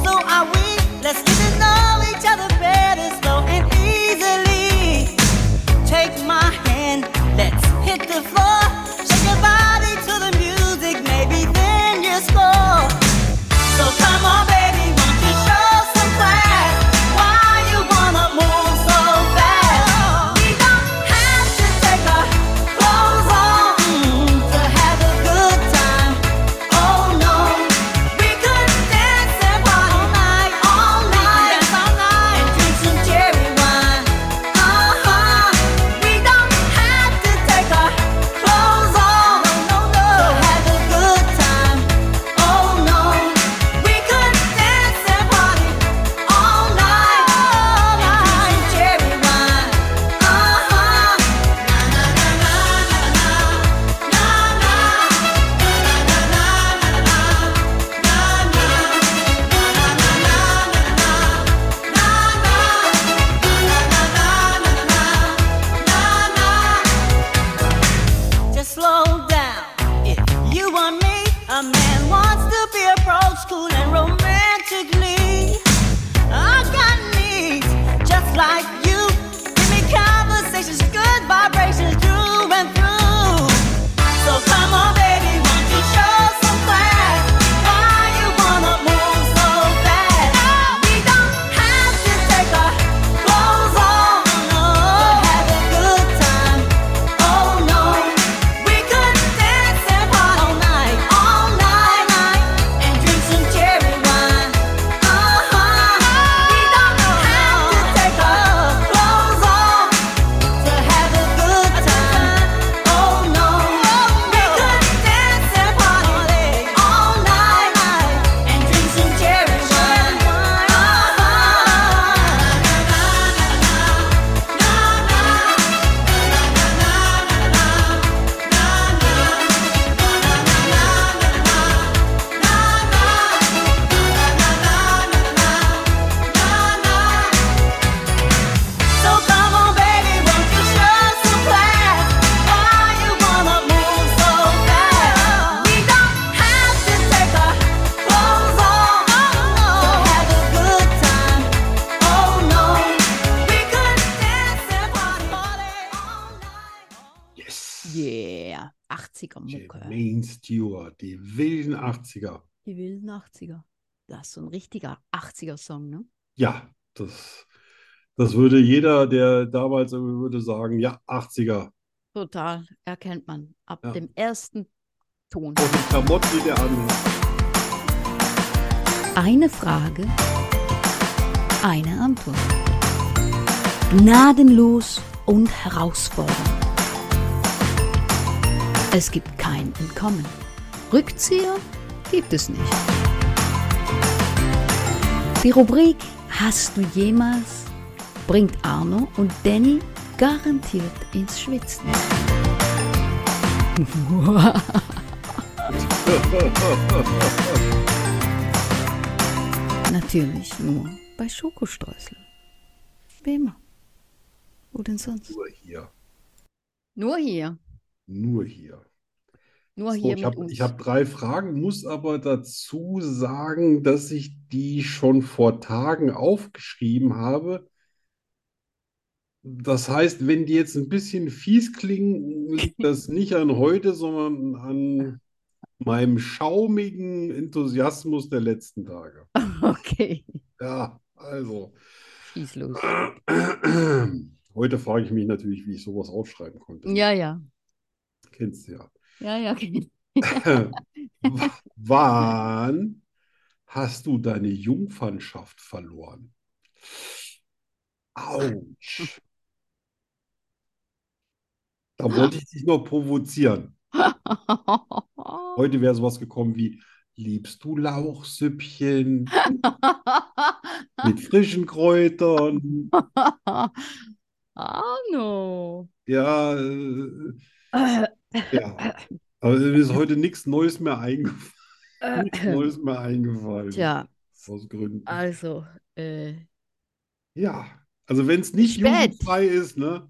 so are we. Let's get to know each other better, slow and easily. Take my hand, let's hit the floor. Shake your body to the music, maybe then you score. So come on, baby, won't you show some class? Why you wanna move so fast? We don't have to take our clothes off mm, to have a good time. Oh no, we could dance and party all night, all night, all night. Drink some cherry wine. Uh-huh. We don't have to take our clothes off to have a good time. Oh no, we could dance and party all night, all night. Drink some cherry wine. Uh-huh. Na na na na na na na na na na na na na na. Just slow down. If you want me, a man wants to be approached cool and romantically. I got needs just like you. Give me conversations, good vibrations through and through. So come on, baby, won't you show some class? Why you wanna move so fast? We don't have to take our clothes off to have a good time. Oh no, we could dance and party all night, all night, and drink some cherry wine. Uh-huh. We don't have to take our clothes off to have a good time. Oh no, we could dance and party all night, and drink some cherry wine. So come on, baby, won't you show some class? Why you wanna move so fast? We don't have to take our clothes off to have a good time. Oh no, we could dance and party all night.
Yes.
Yeah. 80er Mucke.
Jermaine Stewart, die wilden 80er.
Die wilden 80er. Das ist so ein richtiger 80er-Song, ne?
Ja, das, das würde jeder, der damals irgendwie würde sagen, ja, 80er.
Total. Erkennt man. Ab
Ja.
dem ersten Ton.
Und die Klamotten, die der anhat.
Eine Frage, eine Antwort. Gnadenlos und herausfordernd. Es gibt kein Entkommen. Rückzieher gibt es nicht. Die Rubrik Hast du jemals bringt Arno und Danny garantiert ins Schwitzen. Natürlich nur bei Schokostreusel. Wie immer. Wo denn sonst?
Nur hier.
Nur hier.
Nur hier.
Nur
So,
hier
ich
mit
habe
uns.
ich hab drei Fragen, muss aber dazu sagen, dass ich die schon vor Tagen aufgeschrieben habe. Das heißt, wenn die jetzt ein bisschen fies klingen, liegt das nicht an heute, sondern an meinem schaumigen Enthusiasmus der letzten Tage.
Okay,
Ja, also.
schieß los.
Heute frage ich mich natürlich, wie ich sowas aufschreiben konnte.
Ja, ja.
Kennst du ja.
Ja, ja, genau. okay.
W- Wann hast du deine Jungfernschaft verloren? Autsch. Da wollte ich dich noch provozieren. Heute wäre sowas gekommen wie, liebst du Lauchsüppchen mit frischen Kräutern?
Arno.
Ja, äh,
Äh,
ja. Aber mir ist heute nichts Neues mehr eingefallen.
äh,
Nichts Neues mehr eingefallen.
Tja,
Aus Gründen.
also, äh,
Ja, also wenn es nicht
Spät.
jugendfrei ist, ne?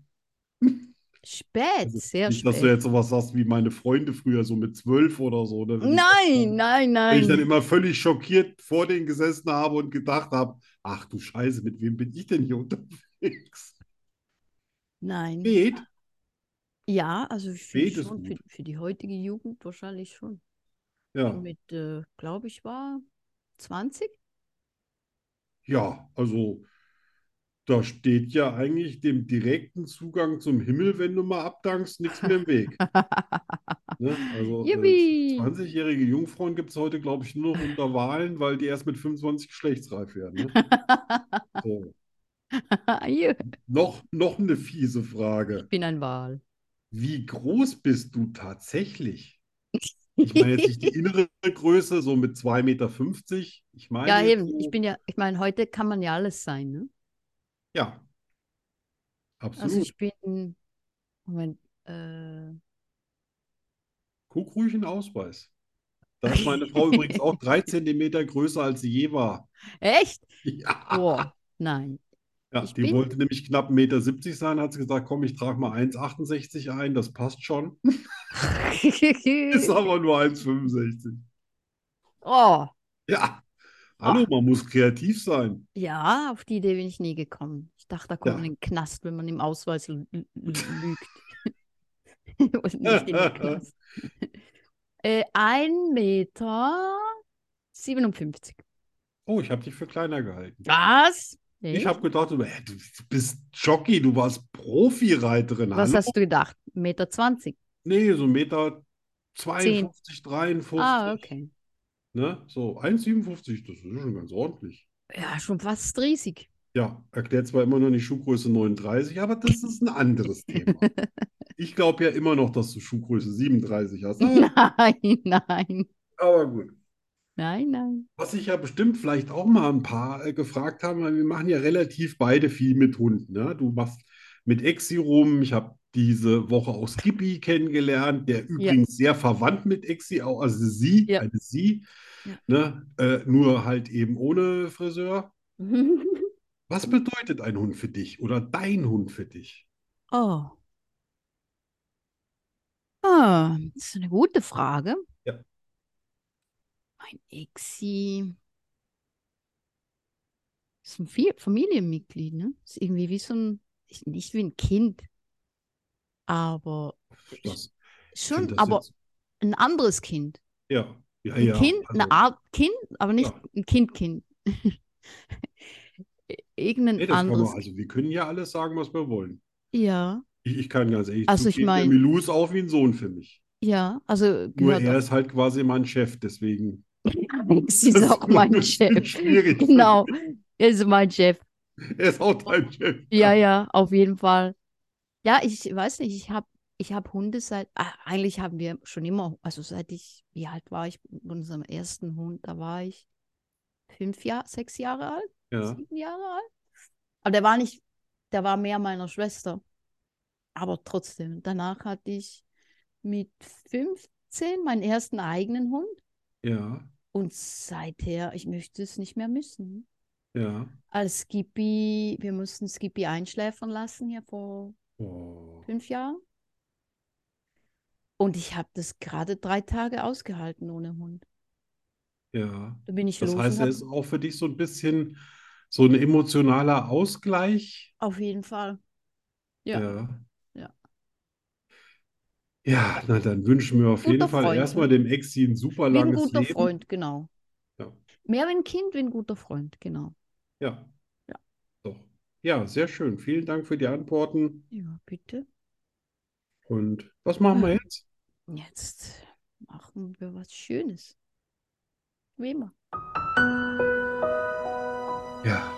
spät,
Also
sehr
Nicht, dass du
spät.
jetzt sowas sagst wie meine Freunde früher, so mit zwölf oder so. Ne? Wenn ich
Nein,
dann,
nein,
Wenn ich dann
nein.
immer völlig schockiert vor denen gesessen habe und gedacht habe, ach du Scheiße, mit wem bin ich denn hier unterwegs?
Nein.
Spät?
Ja, also ich finde
Spät ist
schon, für,
gut.
für die heutige Jugend wahrscheinlich schon.
Ja.
Mit, äh, glaube ich, war 20?
Ja, also da steht ja eigentlich dem direkten Zugang zum Himmel, wenn du mal abdankst, nichts mehr im Weg. Ne? Also äh,
Yippie.
20-jährige Jungfrauen gibt es heute, glaube ich, nur noch unter Wahlen, weil die erst mit 25 geschlechtsreif werden. Ne? So.
Jö,
Noch, noch eine fiese Frage.
Ich bin ein Wal.
Wie groß bist du tatsächlich? Ich meine jetzt nicht die innere Größe, so mit 2,50 Meter. Ich meine
Ja,
jetzt
eben.
so-
Ich bin ja, ich meine, heute kann man ja alles sein, ne?
Ja,
Also
absolut.
ich bin, Moment, äh,
Guck ruhig in den Ausweis. Da ist meine Frau übrigens auch drei Zentimeter größer, als sie je war.
echt?
Ja,
Boah, nein.
ja,
Oh, ich
die
bin-
wollte nämlich knapp 1,70 Meter sein, hat sie gesagt, komm, ich trage mal 1,68 ein, das passt schon. Ist aber nur 1,65.
Oh,
Ja, hallo, man muss kreativ sein.
ja, auf die Idee bin ich nie gekommen. Ich dachte, da kommt
Ja.
man in den Knast, wenn man im Ausweis l- l- lügt. Und nicht in den Knast. Äh, 1,57 Meter.
Oh, ich habe dich für kleiner gehalten.
Was?
Ich
Echt?
habe gedacht, du, hä, du bist Jockey, du warst Profireiterin.
Was
hallo?
hast du gedacht? 1,20 Meter?
Nee, so 1,52 Meter, 52, 53.
Ah, okay.
Ne? So 1,57, das ist schon ganz ordentlich.
Ja, schon fast riesig.
Ja, erklärt zwar immer noch nicht Schuhgröße 39, aber das ist ein anderes Thema. Ich glaube ja immer noch, dass du Schuhgröße 37 hast. Aber,
Nein, nein,
aber gut.
nein, nein.
Was sich ja bestimmt vielleicht auch mal ein paar äh, gefragt haben, weil wir machen ja relativ beide viel mit Hunden. Ne? Du machst mit Exi rum. Ich habe diese Woche auch Skippy kennengelernt, der übrigens sehr verwandt mit Exi, auch- also sie,
Ja.
eine sie,
Ja.
ne? äh, nur halt eben ohne Friseur. Was bedeutet ein Hund für dich oder dein Hund für dich?
Oh. Ah, das ist eine gute Frage.
Ja.
Mein Exi ist ein Fi- Familienmitglied, ne? Ist irgendwie wie so ein, ist nicht wie ein Kind, aber
Das,
schon,
das
aber
jetzt-
ein anderes Kind.
ja, ja,
Ein
ja.
Kind, eine
also,
Art Kind, aber nicht
Ja.
ein Kind-Kind. Irgendein
nee, das kann man,
anderes.
also wir können ja alles sagen, was wir wollen.
Ja,
Ich, ich kann ganz ehrlich
Also ich
zugeben, der
mein-
Milou ist auch wie ein Sohn für mich.
ja, also
Nur
gehört
er ist halt quasi mein Chef, deswegen.
Alex ist auch mein Chef.
Schwierig.
Genau, er ist mein Chef.
Er ist auch dein Chef.
Ja, ja, auf jeden Fall. Ja, ich weiß nicht, ich habe ich hab Hunde seit, ah, eigentlich haben wir schon immer, also seit ich, wie alt war ich, mit unserem ersten Hund, da war ich fünf Jahre, sechs Jahre alt,
Ja.
sieben Jahre alt. Aber der war nicht, der war mehr meiner Schwester. Aber trotzdem, danach hatte ich mit 15 meinen ersten eigenen Hund.
Ja.
Und seither, ich möchte es nicht mehr missen.
Ja.
Als Skippy, wir mussten Skippy einschläfern lassen hier vor
Oh.
fünf Jahren. Und ich habe das gerade drei Tage ausgehalten ohne Hund.
Ja.
Da bin ich
Das
los. und
heißt, er
hab-
ist auch für dich so ein bisschen so ein emotionaler Ausgleich.
Auf jeden Fall. Ja.
Ja.
Ja.
Ja, na dann wünschen wir auf
Guter
jeden Fall
Freund.
erstmal dem Exi ein super
Wie ein
langes
guter
Leben.
Freund, genau.
Ja.
Mehr wie ein Kind, wie ein guter Freund, genau.
Ja.
Ja.
Doch. Ja, sehr schön. Vielen Dank für die Antworten.
Ja, bitte.
Und was machen wir jetzt?
Jetzt machen wir was Schönes. Wie immer.
Ja.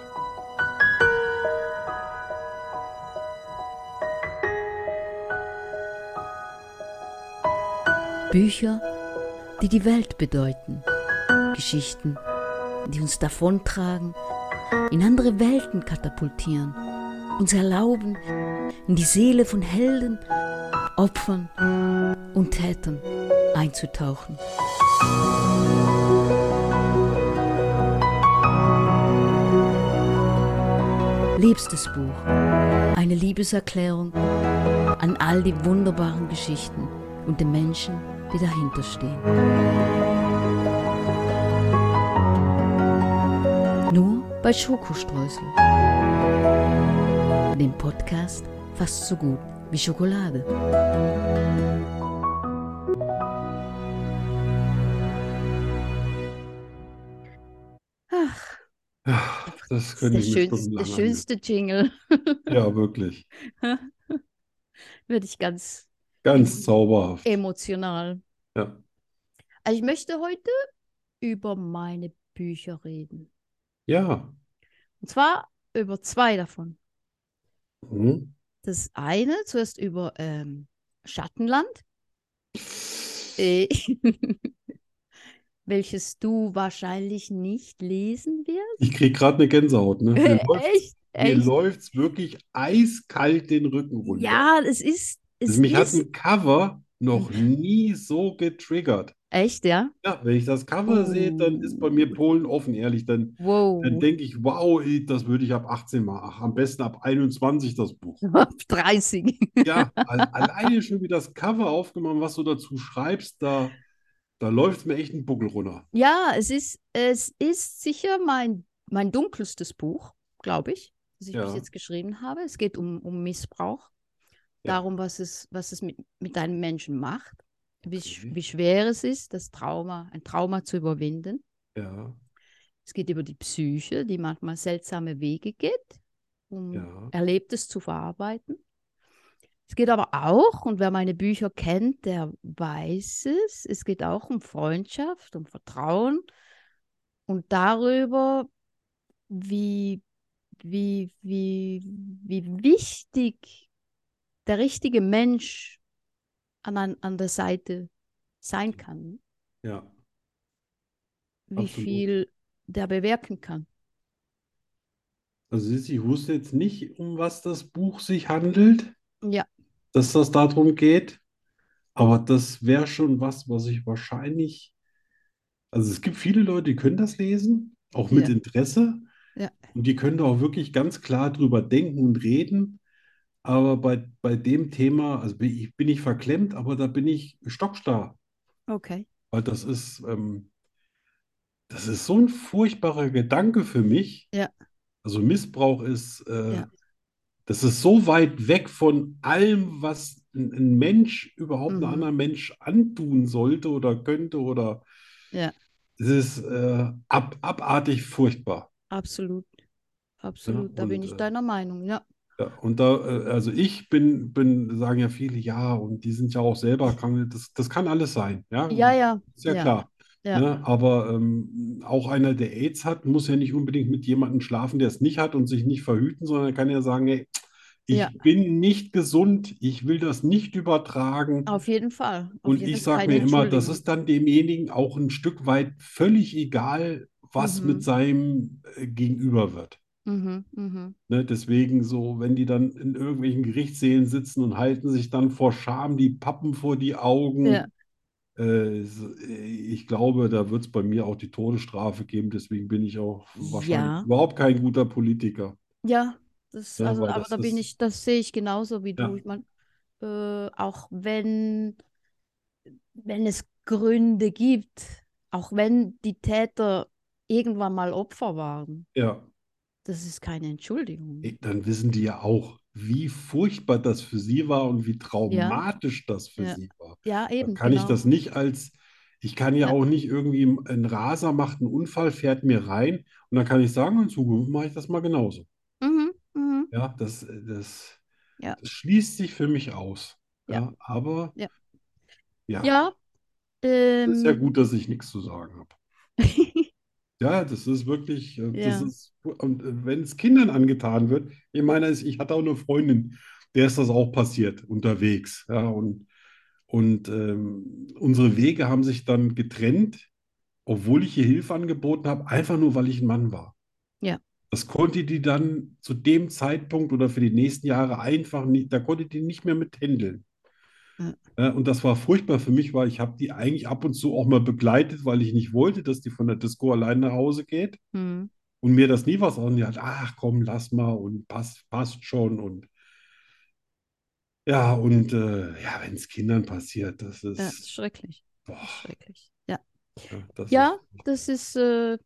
Bücher, die die Welt bedeuten. Geschichten, die uns davontragen, in andere Welten katapultieren, uns erlauben, in die Seele von Helden, Opfern und Tätern einzutauchen. Liebstes Buch. Eine Liebeserklärung an all die wunderbaren Geschichten und den Menschen, die dahinter stehen. Nur bei Schokostreusel. Dem Podcast fast so gut wie Schokolade.
Ach,
Ja, Das
das
könnte ich
ist
mir
der schönste, der
stundenlang
schönste Jingle.
anhören. Ja, wirklich.
Werde ich ganz
Ganz zauberhaft.
emotional.
Ja.
Also ich möchte heute über meine Bücher reden.
Ja.
Und zwar über zwei davon.
Mhm.
Das eine, zuerst über ähm, Schattenland, äh, welches du wahrscheinlich nicht lesen wirst. Äh,
Ich kriege gerade eine Gänsehaut, ne? Mir läuft's-
echt?
mir
Echt?
läuft's wirklich eiskalt den Rücken runter.
Ja, es ist. Es
Also mich hat
ist Mhm.
ein Cover noch nie so getriggert.
echt, ja?
Ja, wenn ich das Cover sehe, dann ist bei mir Polen offen, ehrlich. Dann,
Wow.
dann denke ich, wow, ey, das würde ich ab 18 mal, ach, am besten ab 21 das Buch.
Ab 30.
Ja, al- alleine schon wie das Cover aufgemacht, was du dazu schreibst, da, da läuft mir echt ein Buckel runter.
Ja, es ist, es ist sicher mein, mein dunkelstes Buch, glaube ich, das ich bis
Ja.
jetzt geschrieben habe. Es geht um, um Missbrauch,
Ja.
darum, was es, was es mit, mit einem Menschen macht, wie, sch-
Okay.
wie schwer es ist, das Trauma, ein Trauma zu überwinden.
Ja,
Es geht über die Psyche, die manchmal seltsame Wege geht, um
ja.
Erlebtes zu verarbeiten. Es geht aber auch, und wer meine Bücher kennt, der weiß es, es geht auch um Freundschaft, um Vertrauen und darüber, wie, wie, wie, wie wichtig der richtige Mensch an, ein- an der Seite sein kann,
Ja,
wie
Absolut.
viel der bewirken kann.
also siehst du, ich wusste jetzt nicht, um was das Buch sich handelt,
Ja,
dass das darum geht, aber das wäre schon was, was ich wahrscheinlich, also es gibt viele Leute, die können das lesen, auch mit
Ja.
Interesse,
Ja.
und die können da auch wirklich ganz klar drüber denken und reden, aber bei, bei dem Thema, also bin ich, bin ich verklemmt, aber da bin ich stockstarr.
okay.
Weil das ist, ähm, das ist so ein furchtbarer Gedanke für mich.
Ja.
Also Missbrauch ist, äh,
Ja.
das ist so weit weg von allem, was ein, ein Mensch überhaupt einem
Mhm.
anderen Mensch antun sollte oder könnte oder
Ja.
es ist äh, ab, abartig furchtbar.
Absolut. Absolut. Da bin
und,
ich
äh,
deiner Meinung. Ja.
Ja, und da, äh, also ich bin, bin, sagen ja viele, ja, und die sind ja auch selber krank. Das, das kann alles sein, ja.
Ja, ja.
Ist ja
Ja.
klar.
Ja.
Ne? Aber ähm, auch einer, der AIDS hat, muss ja nicht unbedingt mit jemandem schlafen, der es nicht hat und sich nicht verhüten, sondern kann ja sagen, hey, ich
Ja.
bin nicht gesund, ich will das nicht übertragen.
Auf jeden Fall. Auf
Und
jeden
ich
Fall
sage
keine
mir immer, das
Entschuldigung.
ist dann demjenigen auch ein Stück weit völlig egal, was
Mhm.
mit seinem äh, Gegenüber wird.
Mhm, mhm.
Ne, deswegen so, wenn die dann in irgendwelchen Gerichtssälen sitzen und halten sich dann vor Scham die Pappen vor die Augen,
Ja.
Äh, s- ich glaube, da wird es bei mir auch die Todesstrafe geben. Deswegen bin ich auch wahrscheinlich
Ja.
überhaupt kein guter Politiker.
Ja, das,
Ja,
also,
weil
aber
das
da bin
ist-
ich, das sehe ich genauso wie du.
Ja.
Ich meine, äh, auch wenn, wenn es Gründe gibt, auch wenn die Täter irgendwann mal Opfer waren,
Ja,
das ist keine Entschuldigung.
Ey, dann wissen die ja auch, wie furchtbar das für sie war und wie traumatisch das für
Ja.
sie war.
Ja,
Da
eben,
kann ich
genau.
das nicht als, ich kann ja
Ja.
auch nicht irgendwie, ein Raser macht einen Unfall, fährt mir rein und dann kann ich sagen, in Zukunft mache ich das mal genauso.
Mhm, mhm.
Ja, das, äh, das,
Ja.
das schließt sich für mich aus.
Ja.
Ja, aber
Ja.
ja,
Ja,
ist ja
ähm,
gut, dass ich nichts zu sagen habe. Ja, das ist wirklich, äh, das
Ja.
ist, und äh, wenn es Kindern angetan wird, ich meine, es- ich hatte auch eine Freundin, der ist das auch passiert, unterwegs. Ja, und und ähm, unsere Wege haben sich dann getrennt, obwohl ich ihr Hilfe angeboten habe, einfach nur, weil ich ein Mann war.
Ja.
Das konnte die dann zu dem Zeitpunkt oder für die nächsten Jahre einfach nicht, da konnte die nicht mehr mit handeln.
Ja.
Äh, Und das war furchtbar für mich, weil ich habe die eigentlich ab und zu auch mal begleitet, weil ich nicht wollte, dass die von der Disco allein nach Hause geht
hm,
und mir das nie was an die hat, ach komm, lass mal und passt, passt schon und ja, und äh, ja, wenn es Kindern passiert, das
ja,
ist,
ist schrecklich,
boah,
ist schrecklich. Ja,
ja, das
ja,
ist,
das ist, äh,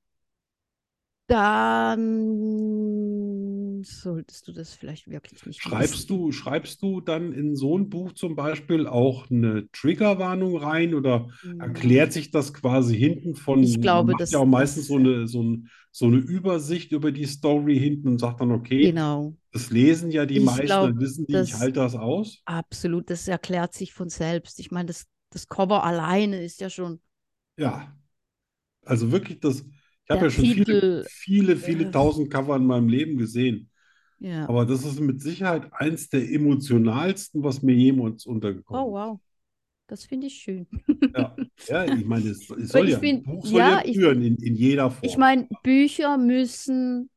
dann solltest du das vielleicht wirklich nicht lesen.
schreibst du, schreibst du dann in so ein Buch zum Beispiel auch eine Triggerwarnung rein oder erklärt sich das quasi hinten von,
Ich glaube,
man macht
das-
ja auch meistens
das-
so eine, so ein, so eine Übersicht über die Story hinten und sagt dann, okay,
Genau,
das lesen ja die
Ich
meisten,
glaub,
dann wissen die, ich
das-
halte das aus.
absolut, das erklärt sich von selbst. Ich meine, das, das Cover alleine ist ja schon,
Ja, also wirklich das, ich habe
Der
ja schon viele,
Titel,
viele, viele
äh,
tausend Cover in meinem Leben gesehen,
ja,
aber das ist mit Sicherheit eins der emotionalsten, was mir jemals
oh
untergekommen ist.
wow, das finde ich schön.
Ja, ja, ich meine, es, es soll
Ich
ja, ein
find-
Buch soll ja
ja, ich-
berühren in, in jeder Form.
Ich meine, Bücher müssen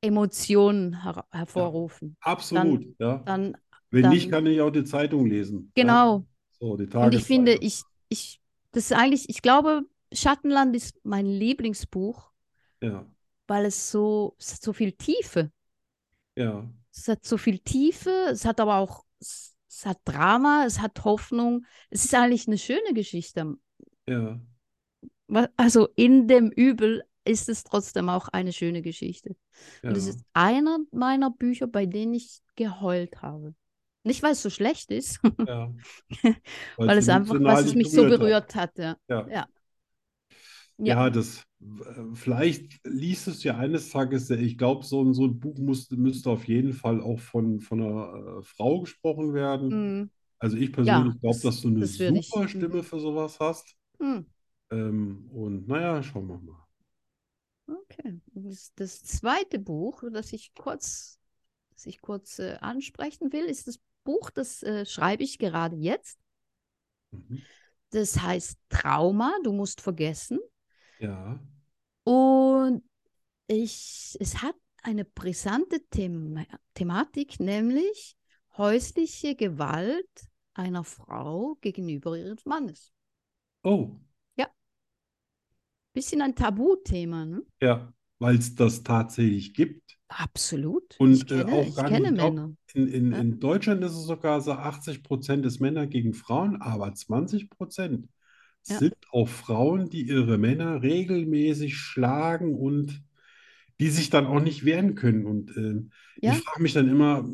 Emotionen her hervorrufen.
Absolut, ja.
Dann,
Wenn
dann-
nicht, kann ich auch die Zeitung lesen. Ja.
genau.
So, die
Und ich finde,
Tageszeitung.
ich, ich, das ist eigentlich, ich glaube, Schattenland ist mein Lieblingsbuch,
Ja,
weil es so, es hat so viel Tiefe.
ja,
Es hat so viel Tiefe, es hat aber auch, es, es hat Drama, es hat Hoffnung. Es ist eigentlich eine schöne Geschichte.
ja.
Wa- Also in dem Übel ist es trotzdem auch eine schöne Geschichte. Und es
Ja.
ist einer meiner Bücher, bei denen ich geheult habe. Nicht, weil es so schlecht ist,
Ja.
weil es einfach, weil es mich so
berührt
berührt hat. Ja.
hat. Ja.
Ja.
Ja, das äh, vielleicht liest es ja eines Tages. Ich glaube, so, ein- so ein Buch müsste, müsste auf jeden Fall auch von, von einer äh, Frau gesprochen werden.
Mm,
Also ich persönlich glaube,
das-
dass du eine
das würde ich- mhm.
super Stimme für sowas hast.
mm,
Ähm, und naja, schauen wir mal.
okay. Das, das zweite Buch, das ich kurz, das ich kurz äh, ansprechen will, ist das Buch, das äh, schreibe ich gerade jetzt.
Mhm.
Das heißt Trauma, du musst vergessen.
Ja,
Und ich, es hat eine brisante Thema Thematik, nämlich häusliche Gewalt einer Frau gegenüber ihres Mannes.
oh,
Bisschen ein Tabuthema, ne?
ja, weil es das tatsächlich gibt.
Absolut.
Und,
ich
äh,
kenne,
auch
ich
gar
kenne
nicht- ich glaub-
Männer.
In, in,
Ja.
in Deutschland ist es sogar so 80 Prozent ist Männer gegen Frauen, aber 20 Prozent
Ja.
sind auch Frauen, die ihre Männer regelmäßig schlagen und die sich dann auch nicht wehren können. Und ähm,
Ja.
ich frage mich dann immer,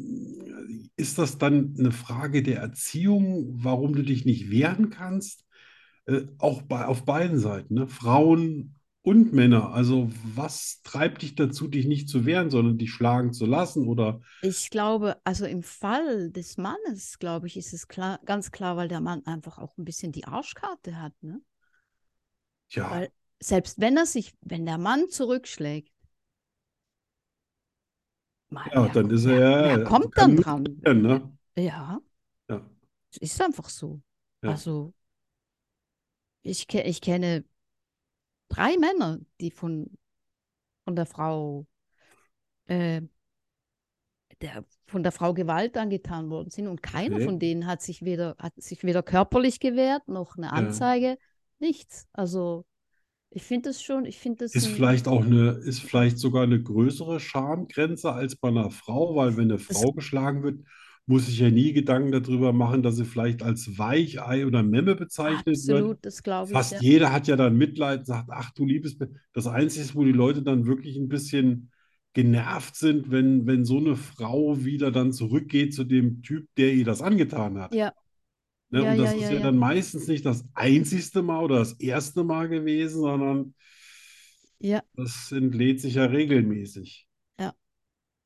ist das dann eine Frage der Erziehung, warum du dich nicht wehren kannst? Äh, auch bei, auf beiden Seiten, ne? Frauen und Männer. Also was treibt dich dazu, dich nicht zu wehren, sondern dich schlagen zu lassen oder...
Ich glaube, also im Fall des Mannes, glaube ich, ist es klar, ganz klar, weil der Mann einfach auch ein bisschen die Arschkarte hat, ne?
Tja,
Weil selbst wenn er sich, wenn der Mann zurückschlägt, man,
ja,
wer-
dann ist er
wer-
ja,
wer
ja,
kommt
kann
dann
nur
dran?
passieren, ne?
Ja,
Ja,
es ist einfach so.
Ja.
Also, ich, ke ich kenne drei Männer, die von, von der Frau äh, der, von der Frau Gewalt angetan worden sind. Und keiner
Okay.
von denen hat sich weder, hat sich weder körperlich gewehrt, noch eine Anzeige, nichts. Also ich finde das schon, ich finde das
Ist
ein-
vielleicht auch eine, ist vielleicht sogar eine größere Schamgrenze als bei einer Frau, weil wenn eine Frau geschlagen wird, muss ich ja nie Gedanken darüber machen, dass sie vielleicht als Weichei oder Memme bezeichnet wird.
absolut, das glaube ich.
Fast
ja.
jeder hat ja dann Mitleid, sagt, ach du liebes, Be- das Einzige ist, wo die Leute dann wirklich ein bisschen genervt sind, wenn, wenn so eine Frau wieder dann zurückgeht zu dem Typ, der ihr das angetan hat.
Ja.
Ne?
Ja,
Und das
ja,
ist
ja,
ja
ja.
dann meistens nicht das einzigste Mal oder das erste Mal gewesen, sondern
Ja.
das entlädt sich ja regelmäßig.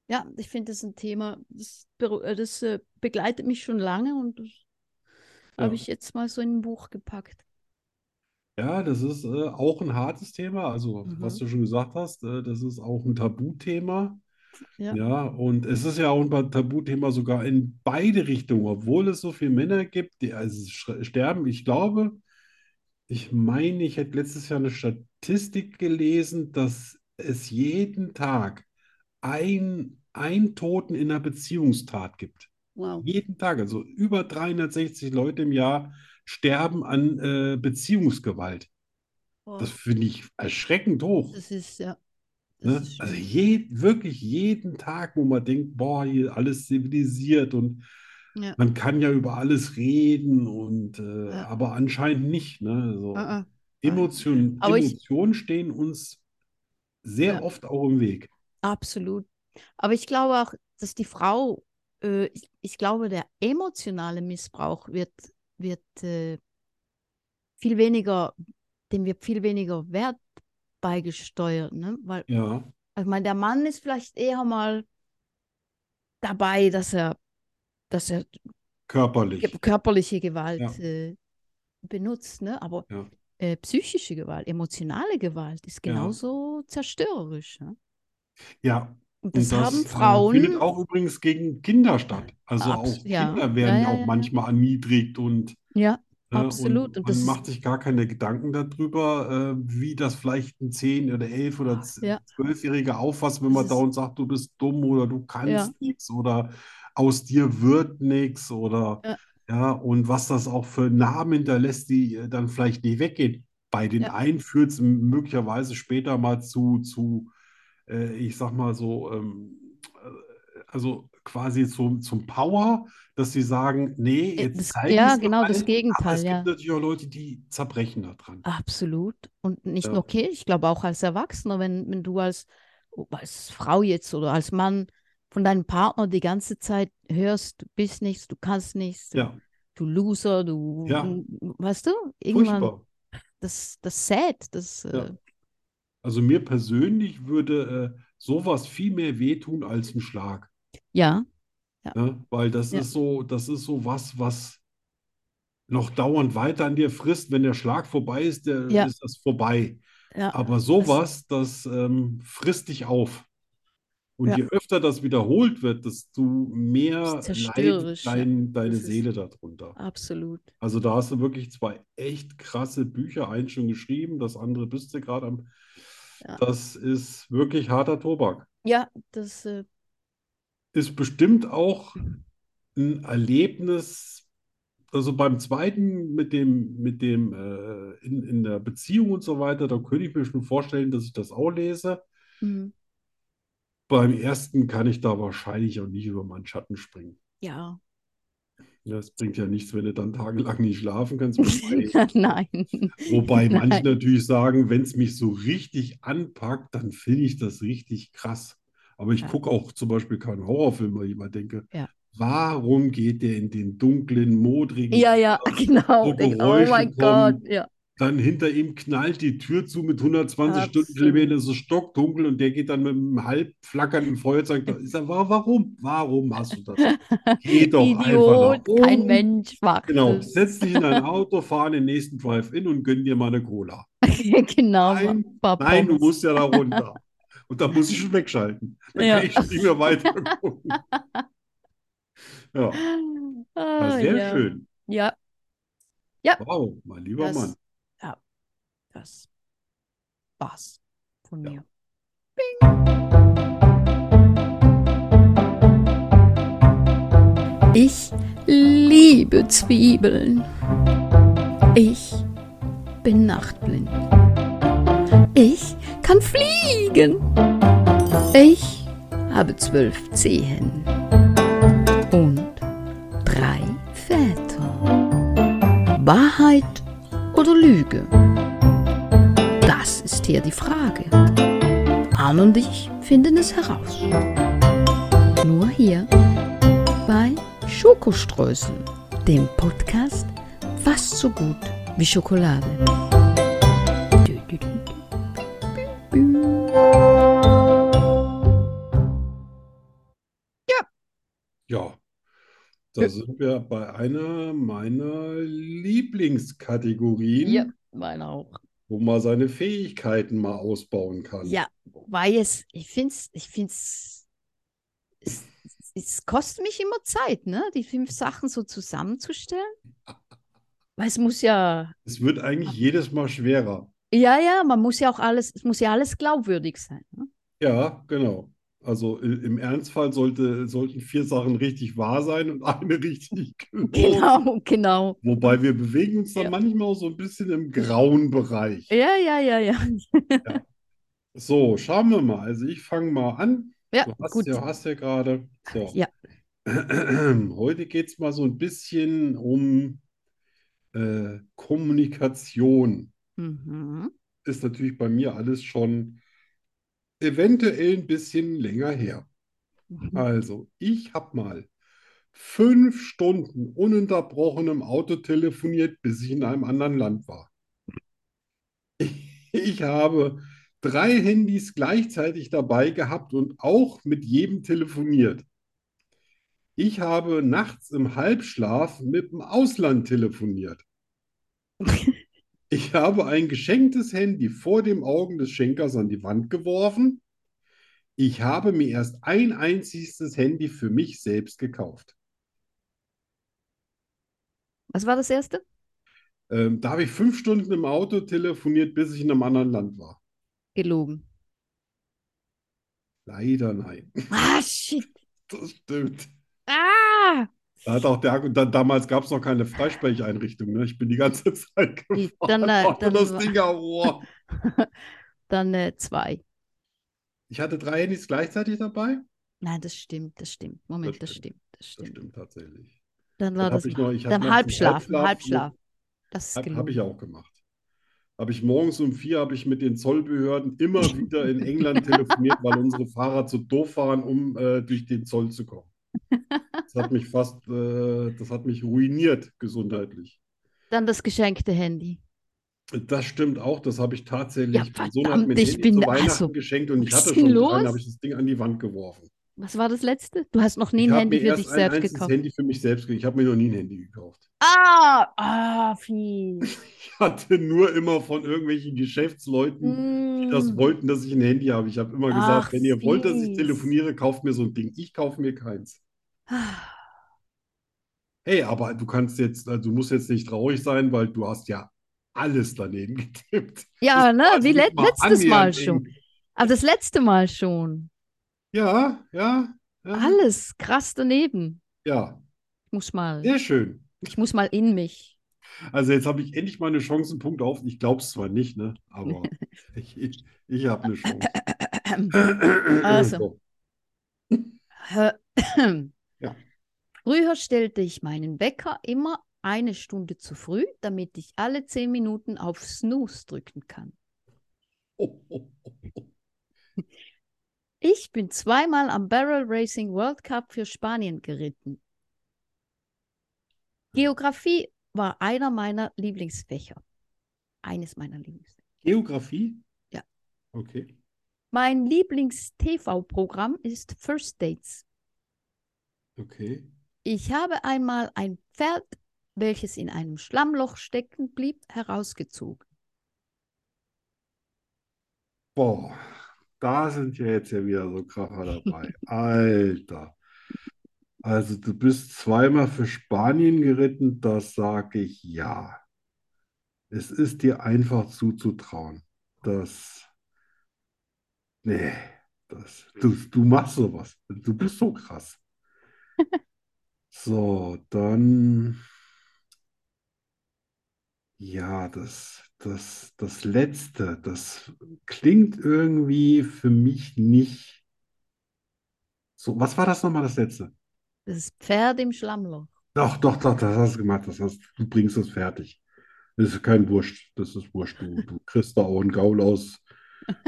Ja, ich finde das ein Thema, das, beru- äh, das äh, begleitet mich schon lange und das
Ja.
habe ich jetzt mal so in ein Buch gepackt.
Ja, das ist äh, auch ein hartes Thema. Also,
Mhm.
was du schon gesagt hast, äh, das ist auch ein Tabuthema.
Ja.
Ja, und es ist ja auch ein Tabuthema sogar in beide Richtungen, obwohl es so viele Männer gibt, die also sch- sterben. Ich glaube, ich meine, ich hätte letztes Jahr eine Statistik gelesen, dass es jeden Tag ein, ein Toten in einer Beziehungstat gibt.
Wow.
Jeden Tag, also über 360 Leute im Jahr sterben an äh, Beziehungsgewalt.
Wow.
Das finde ich erschreckend hoch.
Das ist ja. Das
Ne?
ist
Also
schlimm.
je, wirklich jeden Tag, wo man denkt, boah, hier alles zivilisiert und
Ja.
man kann ja über alles reden und äh,
Ja.
aber anscheinend nicht. Ne? So
Ah, ah.
Emotionen,
Aber ich-
Emotionen stehen uns sehr
Ja.
oft auch im Weg.
Absolut. Aber ich glaube auch, dass die Frau, äh, ich, ich glaube, der emotionale Missbrauch wird, wird äh, viel weniger, dem wird viel weniger Wert beigesteuert, ne? Weil
Ja,
Also, Ich meine, der Mann ist vielleicht eher mal dabei, dass er, dass er
körperlich.
ge- körperliche Gewalt
Ja.
äh, benutzt, ne? Aber
Ja.
äh, psychische Gewalt, emotionale Gewalt ist
Ja.
genauso zerstörerisch. Ne?
Ja,
Und
und
das haben
äh,
Frauen.
findet auch übrigens gegen Kinder statt. Also
Abs-
auch
ja.
Kinder
Ja,
werden
ja,
auch
ja.
manchmal erniedrigt und
ja,
Ne, und
Absolut, und
man
das ist-
macht sich gar keine Gedanken darüber, äh, wie das vielleicht ein 10- oder 11- oder
Ja.
12-Jähriger auffasst, wenn
Das
man
ist-
dauernd sagt, du bist dumm oder du kannst nichts oder aus dir wird nichts oder
Ja.
ja, und was das auch für Namen hinterlässt, die äh, dann vielleicht nicht weggehen. Bei den
Ja.
einen führt es möglicherweise später mal zu, zu äh, ich sag mal so, ähm, äh, also quasi zum, zum Power, dass sie sagen, nee,
äh,
jetzt
das,
zeigen
ja,
sie
genau
allen,
das
aber
Gegenteil,
es
ja.
gibt natürlich auch Leute, die zerbrechen da dran.
Absolut. Und nicht
Ja.
nur Kind, ich glaube auch als Erwachsener, wenn, wenn du als, als Frau jetzt oder als Mann von deinem Partner die ganze Zeit hörst, du bist nichts, du kannst nichts, du,
Ja,
du Loser, du,
Ja.
du- weißt du, irgendwann,
furchtbar.
das, das sät, das,
Ja.
äh,
Also mir persönlich würde äh, sowas viel mehr wehtun als ein Schlag,
ja,
ne? Weil das
Ja.
ist so, das ist so was, was noch dauernd weiter an dir frisst. Wenn der Schlag vorbei ist, der,
Ja.
ist das vorbei.
ja,
Aber sowas, das ähm, frisst dich auf. Und
Ja.
je öfter das wiederholt wird, desto mehr
Das ist zerstörerisch,
leidet
ja.
dein, deine
Das ist-
Seele darunter.
absolut.
Also da hast du wirklich zwei echt krasse Bücher, eins schon geschrieben, das andere bist du gerade am.
Ja.
Das ist wirklich harter Tobak.
Ja, das, äh,
Ist bestimmt auch ein Erlebnis, also beim zweiten mit dem, mit dem äh, in, in der Beziehung und so weiter, da könnte ich mir schon vorstellen, dass ich das auch lese.
mhm.
Beim ersten kann ich da wahrscheinlich auch nicht über meinen Schatten springen.
ja,
Das bringt ja nichts, wenn du dann tagelang nicht schlafen kannst. Wobei,
nein.
Wobei manche
Nein.
natürlich sagen, wenn es mich so richtig anpackt, dann finde ich das richtig krass. Aber ich
Ja.
gucke auch zum Beispiel keinen Horrorfilm, weil ich immer denke,
Ja.
warum geht der in den dunklen, modrigen,
Ja, ja, genau.
Wo
Denk, oh
Geräusche
mein
kommen.
Gott, ja,
dann hinter ihm knallt die Tür zu mit 120 Stundenkilometern, es ist stockdunkel und der geht dann mit einem halb flackernden Feuerzeug. Da- Ich sage, wa- warum? Warum hast du das? Geh doch einfach nach
Idiot, kein
oben.
Mensch macht
Genau,
es.
setz dich in dein Auto, fahr in den nächsten Drive-In und gönn dir mal eine Cola.
Genau,
Nein,
Papa.
Nein, du musst ja da runter. Und da muss ich schon wegschalten. Dann
Ja.
kann ich nicht mehr weiter gucken. Ja, war
Ah,
sehr
ja.
schön.
Ja,
Wow, mein lieber
das,
Mann.
ja, das war's von
Ja.
mir.
Ich liebe Zwiebeln. Ich bin nachtblind. Ich kann fliegen. Ich habe zwölf Zehen und drei Väter. Wahrheit oder Lüge? Das ist hier die Frage. Arne und ich finden es heraus. Nur hier bei Schokoströßen, dem Podcast fast so gut wie Schokolade. Dü, dü, dü.
Ja, da sind wir bei einer meiner Lieblingskategorien,
Ja, meine auch.
wo man seine Fähigkeiten mal ausbauen kann.
Ja, weil es, ich finde es, ich finde es, es, es kostet mich immer Zeit, ne? die fünf Sachen so zusammenzustellen. Weil es muss ja,
Es wird eigentlich jedes Mal schwerer.
ja, ja, man muss ja auch alles, es muss ja alles glaubwürdig sein. Ne?
Ja, genau. Also i- im Ernstfall sollte, sollten vier Sachen richtig wahr sein und eine richtig gelogen.
Genau, genau.
Wobei wir bewegen uns dann
Ja.
manchmal auch so ein bisschen im grauen Bereich.
Ja, ja, ja, ja.
So, schauen wir mal. Also ich fange mal an.
Ja,
Du hast
gut.
ja, hast ja gerade. So.
Ja.
Heute geht es mal so ein bisschen um äh, Kommunikation.
Mhm.
Ist natürlich bei mir alles schon eventuell ein bisschen länger her. Also, ich habe mal fünf Stunden ununterbrochen im Auto telefoniert, bis ich in einem anderen Land war. Ich habe drei Handys gleichzeitig dabei gehabt und auch mit jedem telefoniert. Ich habe nachts im Halbschlaf mit dem Ausland telefoniert. Ich habe ein geschenktes Handy vor dem Augen des Schenkers an die Wand geworfen. Ich habe mir erst ein einziges Handy für mich selbst gekauft.
Was war das erste?
Ähm, da habe ich fünf Stunden im Auto telefoniert, bis ich in einem anderen Land war.
Gelogen.
Leider nein.
Ah, shit.
Das stimmt.
Ah!
Da hat auch der, da, damals gab es noch keine Freisprecheinrichtung. Ne? Ich bin die ganze Zeit
Die-
gefahren.
dann, äh,
hatte
dann
das
war-
Ding am Ohr.
Dann äh, zwei.
Ich hatte drei Handys gleichzeitig dabei.
Nein, das stimmt, das stimmt. Moment, das
stimmt.
stimmt, das
Das
stimmt.
stimmt tatsächlich.
Dann war
Dann hab
das
ich noch- ich hab
dann
nachts im
Halbschlaf, ein
Halbschlaf-
Halbschlaf. genau. Das ist
Habe
gelogen.
hab ich auch gemacht. Habe ich morgens um vier habe ich mit den Zollbehörden immer wieder in England telefoniert, weil unsere Fahrer zu doof waren, um äh, durch den Zoll zu kommen. Das hat mich fast, äh, das hat mich ruiniert gesundheitlich.
Dann das geschenkte Handy.
Das stimmt auch, das habe ich tatsächlich.
Ja,
Mein Sohn hat mir
verdammt,
ein
ich
Handy
bin
zu
da-
Weihnachten
also,
geschenkt und ich
was
hatte
ist denn
schon drei,
los?
habe ich das Ding an die Wand geworfen.
Was war das letzte? Du hast noch nie
Ich
ein
habe
Handy
mir
für
erst
dich
ein
selbst
einziges
gekauft.
Handy für mich selbst gekauft. Ich habe mir noch nie ein Handy gekauft.
Ah, ah, viel.
Ich hatte nur immer von irgendwelchen Geschäftsleuten. die das
Mm.
wollten, dass ich ein Handy habe. Ich habe immer gesagt,
Ach,
wenn ihr wollt, dass ich
fies.
telefoniere, kauft mir so ein Ding. Ich kaufe mir keins.
Ah,
Hey, aber du kannst jetzt, also du musst jetzt nicht traurig sein, weil du hast ja alles daneben getippt.
Ja,
Das
ne,
war also
wie le
nicht mal
letztes Mal
annähernd
schon.
eng.
Aber das letzte Mal schon.
Ja, ja, ja,
Alles krass daneben.
ja,
Ich muss mal,
sehr schön.
ich muss mal in mich.
Also jetzt habe ich endlich mal eine Chance, einen Punkt auf. Ich glaube es zwar nicht, ne? Aber ich, ich, ich habe eine Chance.
Also.
So. Ja.
Früher stellte ich meinen Wecker immer eine Stunde zu früh, damit ich alle zehn Minuten auf Snooze drücken kann.
Oh, oh, oh, oh.
Ich bin zweimal am Barrel Racing World Cup für Spanien geritten. Geografie war einer meiner Lieblingsfächer. Eines meiner Lieblingsfächer.
Geografie?
Ja.
Okay.
Mein Lieblings-TV-Programm ist First Dates.
Okay.
Ich habe einmal ein Pferd, welches in einem Schlammloch stecken blieb, herausgezogen.
Boah, da sind ja jetzt ja wieder so Kracher dabei. Alter. Also du bist zweimal für Spanien geritten, das sage ich ja. Es ist dir einfach zuzutrauen. Das. Nee, das. Du, du machst sowas. Du bist so krass. So, dann. Ja, das, das, das Letzte, das klingt irgendwie für mich nicht. So, was war das nochmal, das Letzte?
Das Pferd im Schlammloch.
Doch, doch, doch, das hast du gemacht. Das hast, du bringst es fertig. Das ist kein Wurscht. Das ist Wurscht. Du, du kriegst da auch einen Gaul aus.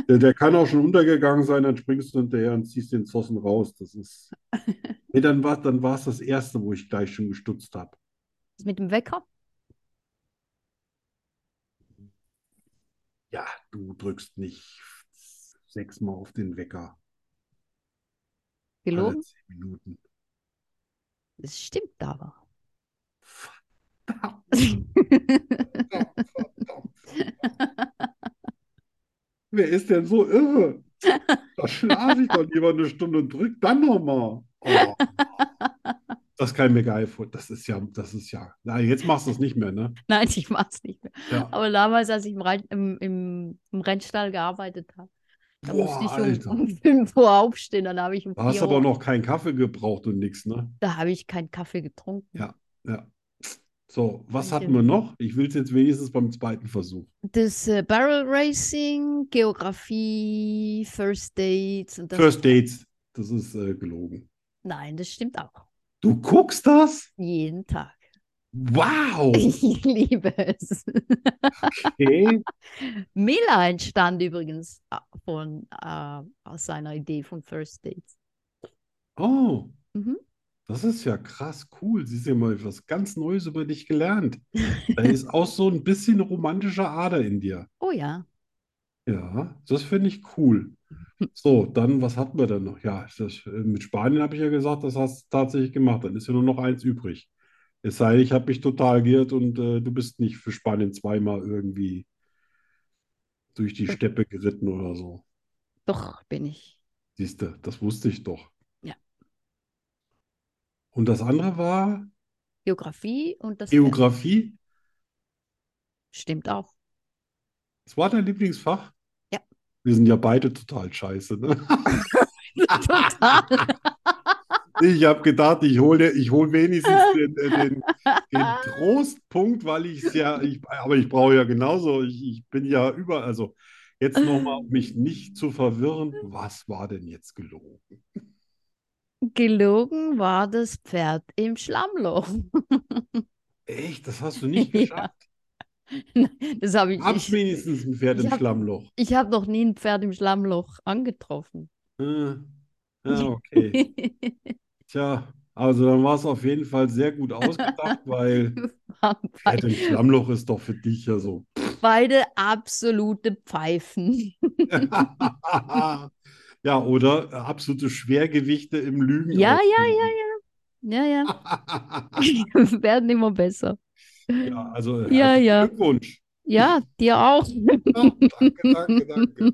Der, der kann auch schon untergegangen sein, dann springst du hinterher und ziehst den Zossen raus. Das ist. Nee, dann war, dann war es das Erste, wo ich gleich schon gestutzt habe.
Das mit dem Wecker?
Ja, du drückst nicht sechsmal auf den Wecker alle
Gelogen?
zehn Minuten.
Das stimmt aber.
Wer ist denn so irre? Da schlafe ich doch lieber eine Stunde und drück dann nochmal. Oh. Das kann ich mir geil vor. Das ist ja, das ist ja. Na, jetzt machst du es nicht mehr, ne?
Nein, ich mach's nicht mehr.
Ja.
Aber damals, als ich im, Rein, im, im, im Rennstall gearbeitet habe, da
Boah,
musste ich um,
Alter.
um 5 Uhr aufstehen, dann habe ich um
Da hast
4
du
Uhr,
aber noch keinen Kaffee gebraucht und nichts, ne?
da habe ich keinen Kaffee getrunken.
Ja. Ja. So, was
Danke.
hatten wir noch? Ich will es jetzt wenigstens beim zweiten Versuch.
Das äh, Barrel Racing, Geografie, First Dates und das.
First Dates, das ist äh, gelogen.
Nein, das stimmt auch.
Du guckst das?
Jeden Tag.
Wow!
Ich liebe es.
Okay.
Mila entstand übrigens äh, von, äh, aus seiner Idee von First Dates.
Oh,
Mhm.
das ist ja krass cool. Siehst du mal, was ganz Neues über dich gelernt. Da ist auch so ein bisschen romantische Ader in dir.
Oh ja.
Ja, das finde ich cool. So, dann, was hatten wir denn noch? Ja, das, äh, mit Spanien habe ich ja gesagt, das hast du tatsächlich gemacht. Dann ist ja nur noch eins übrig. Es sei denn, ich habe mich total geirrt und äh, du bist nicht für Spanien zweimal irgendwie durch die Steppe geritten oder so.
Doch, bin ich.
Siehst du, das wusste ich doch.
Ja.
Und das andere war
Geografie und das Pferd.
Geografie.
stimmt auch.
Das war dein Lieblingsfach?
Ja.
Wir sind ja beide total scheiße, ne?
Total.
Ich habe gedacht, ich hole ich hol wenigstens den, äh, den, den Trostpunkt, weil ich es ja, ich, aber ich brauche ja genauso, ich, ich bin ja über, also jetzt nochmal, um mich nicht zu verwirren, was war denn jetzt gelogen?
Gelogen war das Pferd im Schlammloch.
Echt, das hast du nicht
Ja.
geschafft?
Das habe ich
Hab's
nicht.
wenigstens ein Pferd
ich
im
hab-
Schlammloch.
Ich habe noch nie ein Pferd im Schlammloch angetroffen.
Äh, ja, okay. Tja, also dann war es auf jeden Fall sehr gut ausgedacht, weil
Waren
Pferd
be
im Schlammloch ist doch für dich ja so.
beide absolute Pfeifen.
Ja, oder absolute Schwergewichte im Lügen
Ja, ja,
auflegen.
Ja, ja,
ja,
werden immer besser.
Ja, also
Ja,
herzlichen
ja.
Glückwunsch.
Ja, dir auch.
Ja, danke, danke, danke.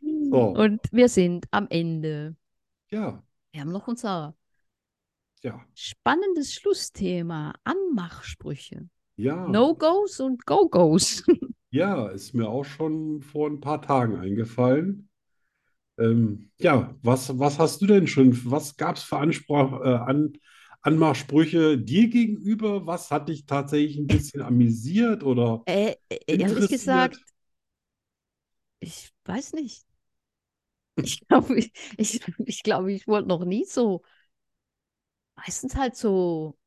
So.
Und wir sind am Ende.
Ja,
Wir haben noch unser
ja,
spannendes Schlussthema: Anmachsprüche.
ja,
No-Gos und Go-Gos.
ja, ist mir auch schon vor ein paar Tagen eingefallen. Ähm, ja, was, was hast du denn schon, was gab es für Ansprach, äh, An, Anmachsprüche dir gegenüber? Was hat dich tatsächlich ein bisschen amüsiert oder
Äh, äh, ehrlich
interessiert?
gesagt, ich weiß nicht. Ich glaube, ich, ich, ich, glaub, ich wurde noch nie so, meistens halt so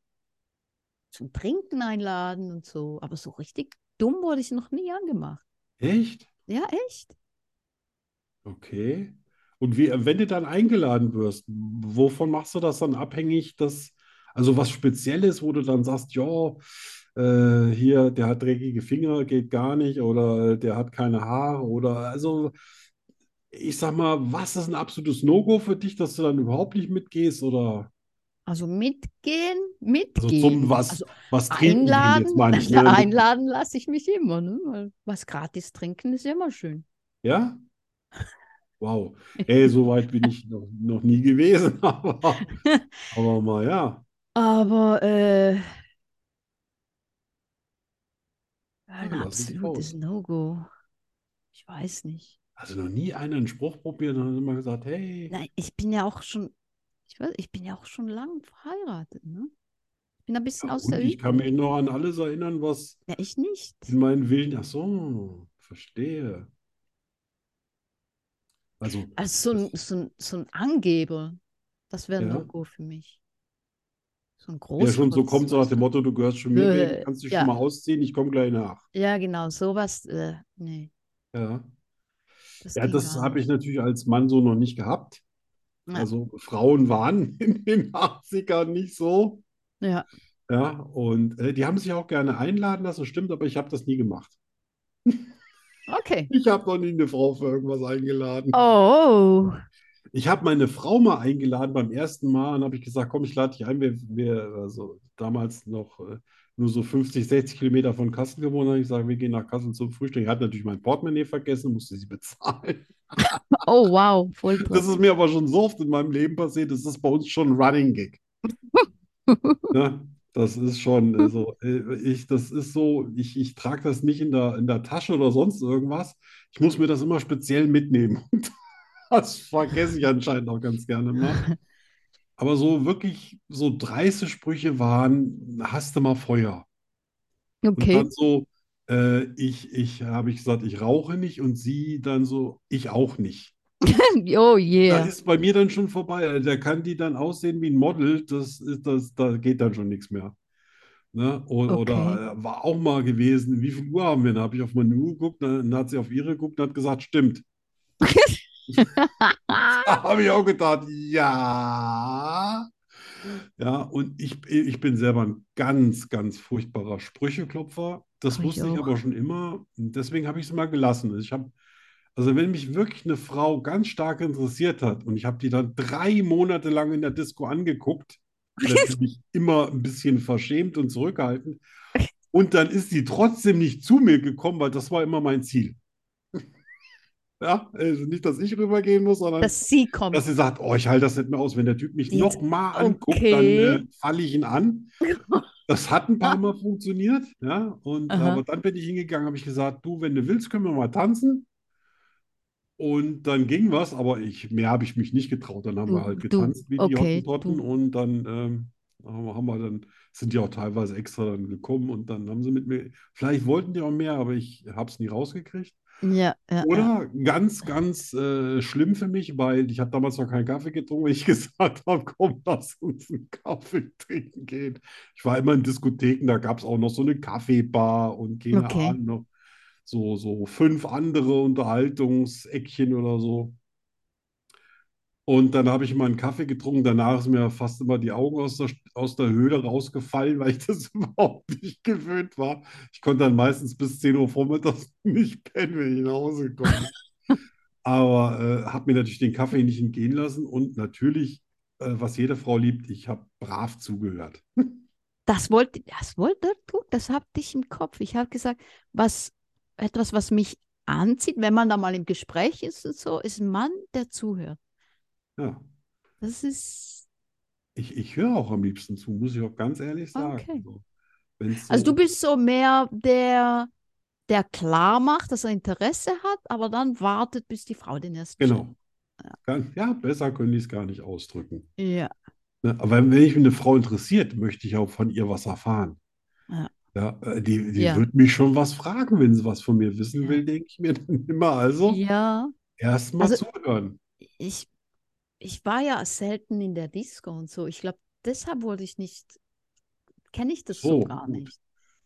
zum Trinken einladen und so, aber so richtig dumm wurde ich noch nie angemacht.
Echt?
Ja, echt.
Okay. Und wie, wenn du dann eingeladen wirst, wovon machst du das dann abhängig, dass, also was Spezielles, wo du dann sagst, ja, äh, hier, der hat dreckige Finger, geht gar nicht, oder der hat keine Haare, oder, also, ich sag mal, was ist ein absolutes No-Go für dich, dass du dann überhaupt nicht mitgehst, oder,
Also mitgehen,
also
mitgehen.
zum was,
Also
was trinken gehen,
einladen,
jetzt meine ich, ne?
einladen lasse ich mich immer, ne? Weil Was gratis trinken ist immer schön.
Ja? Wow. Ey, so weit bin ich noch, noch nie gewesen, aber, aber mal, ja.
Aber äh, ein
lass uns
absolutes
aus.
No-Go. Ich weiß nicht.
Also noch nie einer einen Spruch probiert und hat immer gesagt, hey,
Nein, ich bin ja auch schon Ich, weiß, ich bin ja auch schon lang verheiratet, ne? Ich bin ein bisschen aus
Und
der
ich
Üb-
kann mich noch an alles erinnern, was
Ja, ich nicht.
in meinen Willen. Ach so, verstehe. Also,
Also so ein, so ein, so ein Angeber, das wäre ein
Ja.
No-Go für mich. So ein
der schon so
Großkotz,
kommt, so nach
weißt
dem
du?
Motto, du gehörst schon mir
ne? Äh,
weg, kannst dich
ja.
schon mal ausziehen, ich komme gleich nach.
Ja, genau, sowas, äh, nee.
Ja,
Das
ja
ging
das
gar
habe
nicht.
ich natürlich als Mann so noch nicht gehabt.
Ja.
Also Frauen waren in den 80ern nicht so.
Ja.
Ja, und äh, die haben sich auch gerne einladen lassen, stimmt, aber ich habe das nie gemacht.
Okay.
Ich habe noch nie eine Frau für irgendwas eingeladen.
Oh,
Ich habe meine Frau mal eingeladen beim ersten Mal und habe ich gesagt, komm, ich lade dich ein. Wir, wir also damals noch äh, nur so 50, 60 Kilometer von Kassel gewohnt. Habe ich gesagt, wir gehen nach Kassel zum Frühstück. Hat natürlich mein Portemonnaie vergessen, musste sie bezahlen.
oh wow, voll
Das
drin.
ist mir aber schon so oft in meinem Leben passiert. Das ist bei uns schon ein Running Gig. Ne? Das ist schon äh, so, äh, ich, das ist so, ich, ich trage das nicht in der, in der Tasche oder sonst irgendwas. Ich muss mir das immer speziell mitnehmen. Und das vergesse ich anscheinend auch ganz gerne mal. Aber so wirklich, so dreiste Sprüche waren, hast du mal Feuer. Und
Okay.
dann so, äh, ich, ich, habe ich gesagt, ich rauche nicht und sie dann so, ich auch nicht.
Oh
Da
yeah.
ist bei mir dann schon vorbei. Also Da kann die dann aussehen wie ein Model. Das ist das, da geht dann schon nichts mehr. Ne? Und,
Okay.
Oder äh, war auch mal gewesen, wie viel Uhr haben wir? Da habe ich auf meine Uhr geguckt, dann hat sie auf ihre geguckt und hat gesagt, stimmt. Da habe ich auch gedacht, ja. Ja, und ich, ich bin selber ein ganz, ganz furchtbarer Sprücheklopfer. Das
Ich
wusste ich
auch.
aber schon immer. Deswegen habe ich es mal gelassen. Ich habe, also wenn mich wirklich eine Frau ganz stark interessiert hat und ich habe die dann drei Monate lang in der Disco angeguckt, natürlich immer ein bisschen verschämt und zurückgehalten. Und dann ist sie trotzdem nicht zu mir gekommen, weil das war immer mein Ziel. Ja, also nicht, dass ich rübergehen muss, sondern
Dass sie kommt.
dass sie sagt, oh, ich halte das nicht mehr aus. Wenn der Typ mich
Jetzt-
nochmal anguckt,
okay.
dann äh, falle ich ihn an. Das hat ein paar Mal funktioniert, ja. Und
Aha.
aber dann bin ich hingegangen, habe ich gesagt, du, wenn du willst, können wir mal tanzen. Und dann ging was, aber ich, mehr habe ich mich nicht getraut. Dann haben
Du-
wir halt
du-
getanzt wie die
okay,
Hottentotten
du-
und dann ähm, haben wir- haben wir dann, sind die auch teilweise extra dann gekommen und dann haben sie mit mir, vielleicht wollten die auch mehr, aber ich habe es nie rausgekriegt.
Ja, ja, ja.
Oder ganz, ganz äh, schlimm für mich, weil ich habe damals noch keinen Kaffee getrunken, weil ich gesagt habe, komm, lass uns einen Kaffee trinken gehen. Ich war immer in Diskotheken, da gab es auch noch so eine Kaffeebar und keine
Okay.
Ahnung, noch ne? so, so fünf andere Unterhaltungseckchen oder so. Und dann habe ich mal einen Kaffee getrunken. Danach ist mir fast immer die Augen aus der, aus der Höhle rausgefallen, weil ich das überhaupt nicht gewöhnt war. Ich konnte dann meistens bis 10 Uhr vormittags nicht pennen, wenn ich nach Hause komme. Aber äh, habe mir natürlich den Kaffee nicht entgehen lassen. Und natürlich, äh, was jede Frau liebt, ich habe brav zugehört.
Das wollte, das wollte, guck, das hab ich im Kopf. Ich habe gesagt, was, etwas, was mich anzieht, wenn man da mal im Gespräch ist und so, ist ein Mann, der zuhört.
Ja,
Das ist,
ich, ich höre auch am liebsten zu, muss ich auch ganz ehrlich sagen.
Okay.
So, wenn's
also
so-
du bist so mehr der, der klar macht, dass er Interesse hat, aber dann wartet, bis die Frau den ersten
Genau. Ganz- Ja, besser können die es gar nicht ausdrücken.
Schritt- Ja.
Ne, Aber wenn mich eine Frau interessiert, möchte ich auch von ihr was erfahren.
Ja.
Ja, äh, die, die
Ja.
wird mich schon was fragen, wenn sie was von mir wissen
Ja.
will, denke ich mir dann immer. Also
Ja,
erstmal
Also-
zuhören.
ich, ich war ja selten in der Disco und so. Ich glaube, deshalb wollte ich nicht, kenne ich das so
So,
gar
gut.
nicht.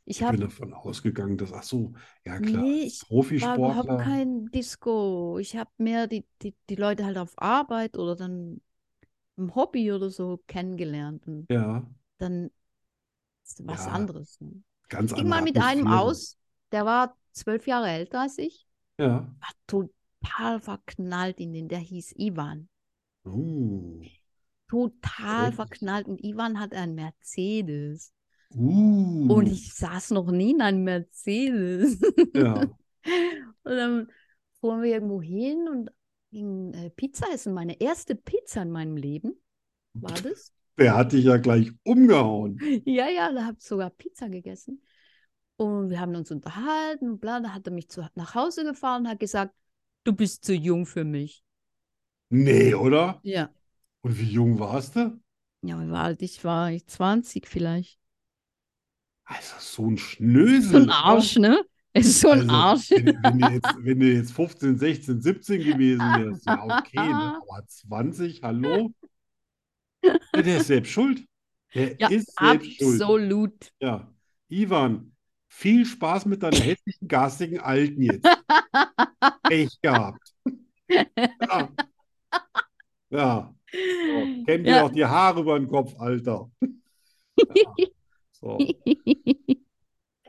Ich
Ich
habe
bin davon ausgegangen, dass, ach so, ja klar,
Nee, ich war überhaupt
Profisportler,
kein Disco. Ich habe mehr die, die, die Leute halt auf Arbeit oder dann im Hobby oder so kennengelernt. Und
ja,
dann ist was
Ja,
anderes. Ne?
ganz
Ich ging mal
andere
mit einem
Atmosphäre.
aus, der war zwölf Jahre älter als ich,
Ja.
war total verknallt in den, der hieß Ivan.
Uh,
Total
Verrückt.
verknallt und Ivan hat einen Mercedes.
uh,
Und ich saß noch nie in einem Mercedes.
ja,
Und dann fuhren wir irgendwo hin und gingen äh, Pizza essen. Meine erste Pizza in meinem Leben war das.
der hat dich ja gleich umgehauen.
Ja, ja, da habe ich sogar Pizza gegessen. Und wir haben uns unterhalten und bla. Da hat er mich zu, nach Hause gefahren und hat gesagt, du bist zu jung für mich.
Nee, oder?
Ja.
Und wie jung warst du?
Ja, wie alt ich war? Ich 20 vielleicht.
Also so ein Schnösel.
So ein
ne?
Arsch, ne? Es ist so ein
Also,
Arsch.
Wenn, wenn, du jetzt, wenn du jetzt 15, 16, 17 gewesen wärst, ja okay, ne? aber 20, hallo? Ja, der ist selbst schuld. Der
Ja,
ist selbst schuld.
Absolut.
Ja. Ivan, viel Spaß mit deiner hässlichen, garstigen Alten jetzt. Pech gehabt. Ja. Ja. So, kämm dir
Ja.
doch die Haare über den Kopf, Alter. Ja. So.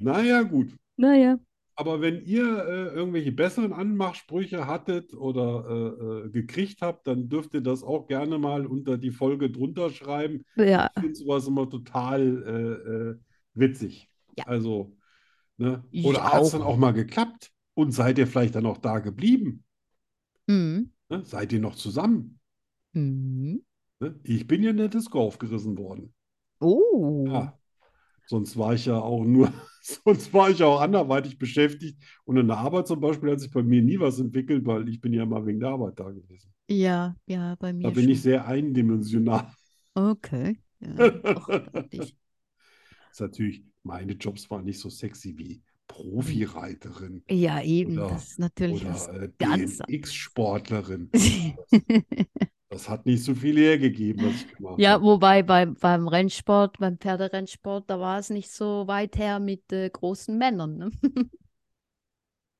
Naja, gut.
naja.
Aber wenn ihr äh, irgendwelche besseren Anmachsprüche hattet oder äh, äh, gekriegt habt, dann dürft ihr das auch gerne mal unter die Folge drunter schreiben.
Ja.
Ich finde sowas immer total äh, äh, witzig.
Ja.
Also, ne?
Ich
Oder hat es dann auch mal geklappt? Und seid ihr vielleicht dann auch da geblieben?
Mhm.
Ne? Seid ihr noch zusammen?
Mhm.
Ne? Ich bin ja in der Disco aufgerissen worden.
Oh.
Ja. Sonst war ich ja auch nur, sonst war ich ja auch anderweitig beschäftigt. Und in der Arbeit zum Beispiel hat sich bei mir nie was entwickelt, weil ich bin ja mal wegen der Arbeit da gewesen.
Ja, ja, bei mir
Da bin
schon.
ich sehr eindimensional.
Okay. Ja, doch, dachte ich.
Ist natürlich, meine Jobs waren nicht so sexy wie Profireiterin
ja eben,
Oder-
das ist natürlich was.
oder äh,
ganz
BMX-Sportlerin. Das hat nicht so viel hergegeben, was ich gemacht
Ja,
habe.
wobei beim, beim Rennsport, beim Pferderennsport, da war es nicht so weit her mit äh, großen Männern. Ne?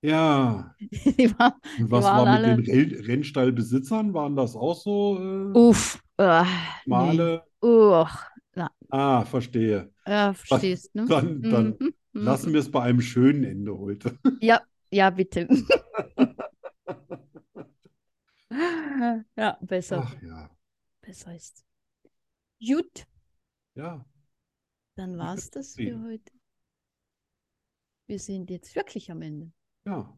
Ja,
Die waren,
und was
waren
war mit
alle-
den Renn Rennstallbesitzern? Waren das auch so äh,
uff, äh, nee.
Male?
Uch,
Ah, verstehe.
ja, verstehst, ne?
Dann, dann
Mhm, mhm.
lassen wir es bei einem schönen Ende heute.
Ja, bitte. Ja, besser,
Ach ja,
besser ist. Gut,
ja,
dann war es
bin
das für
zufrieden.
heute. Wir sind jetzt wirklich am Ende.
ja.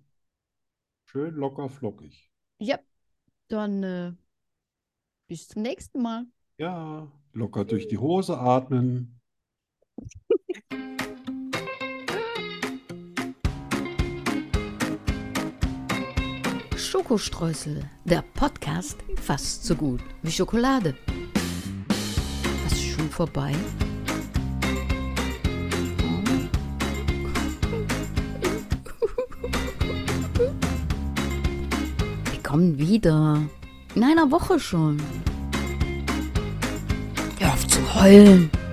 Schön locker flockig.
Ja, dann äh, bis zum nächsten Mal.
Ja, locker durch die Hose atmen.
Schokostreusel, der Podcast fast so gut wie Schokolade. Was ist schon vorbei? Wir kommen wieder. In einer Woche schon. Hör auf zu heulen.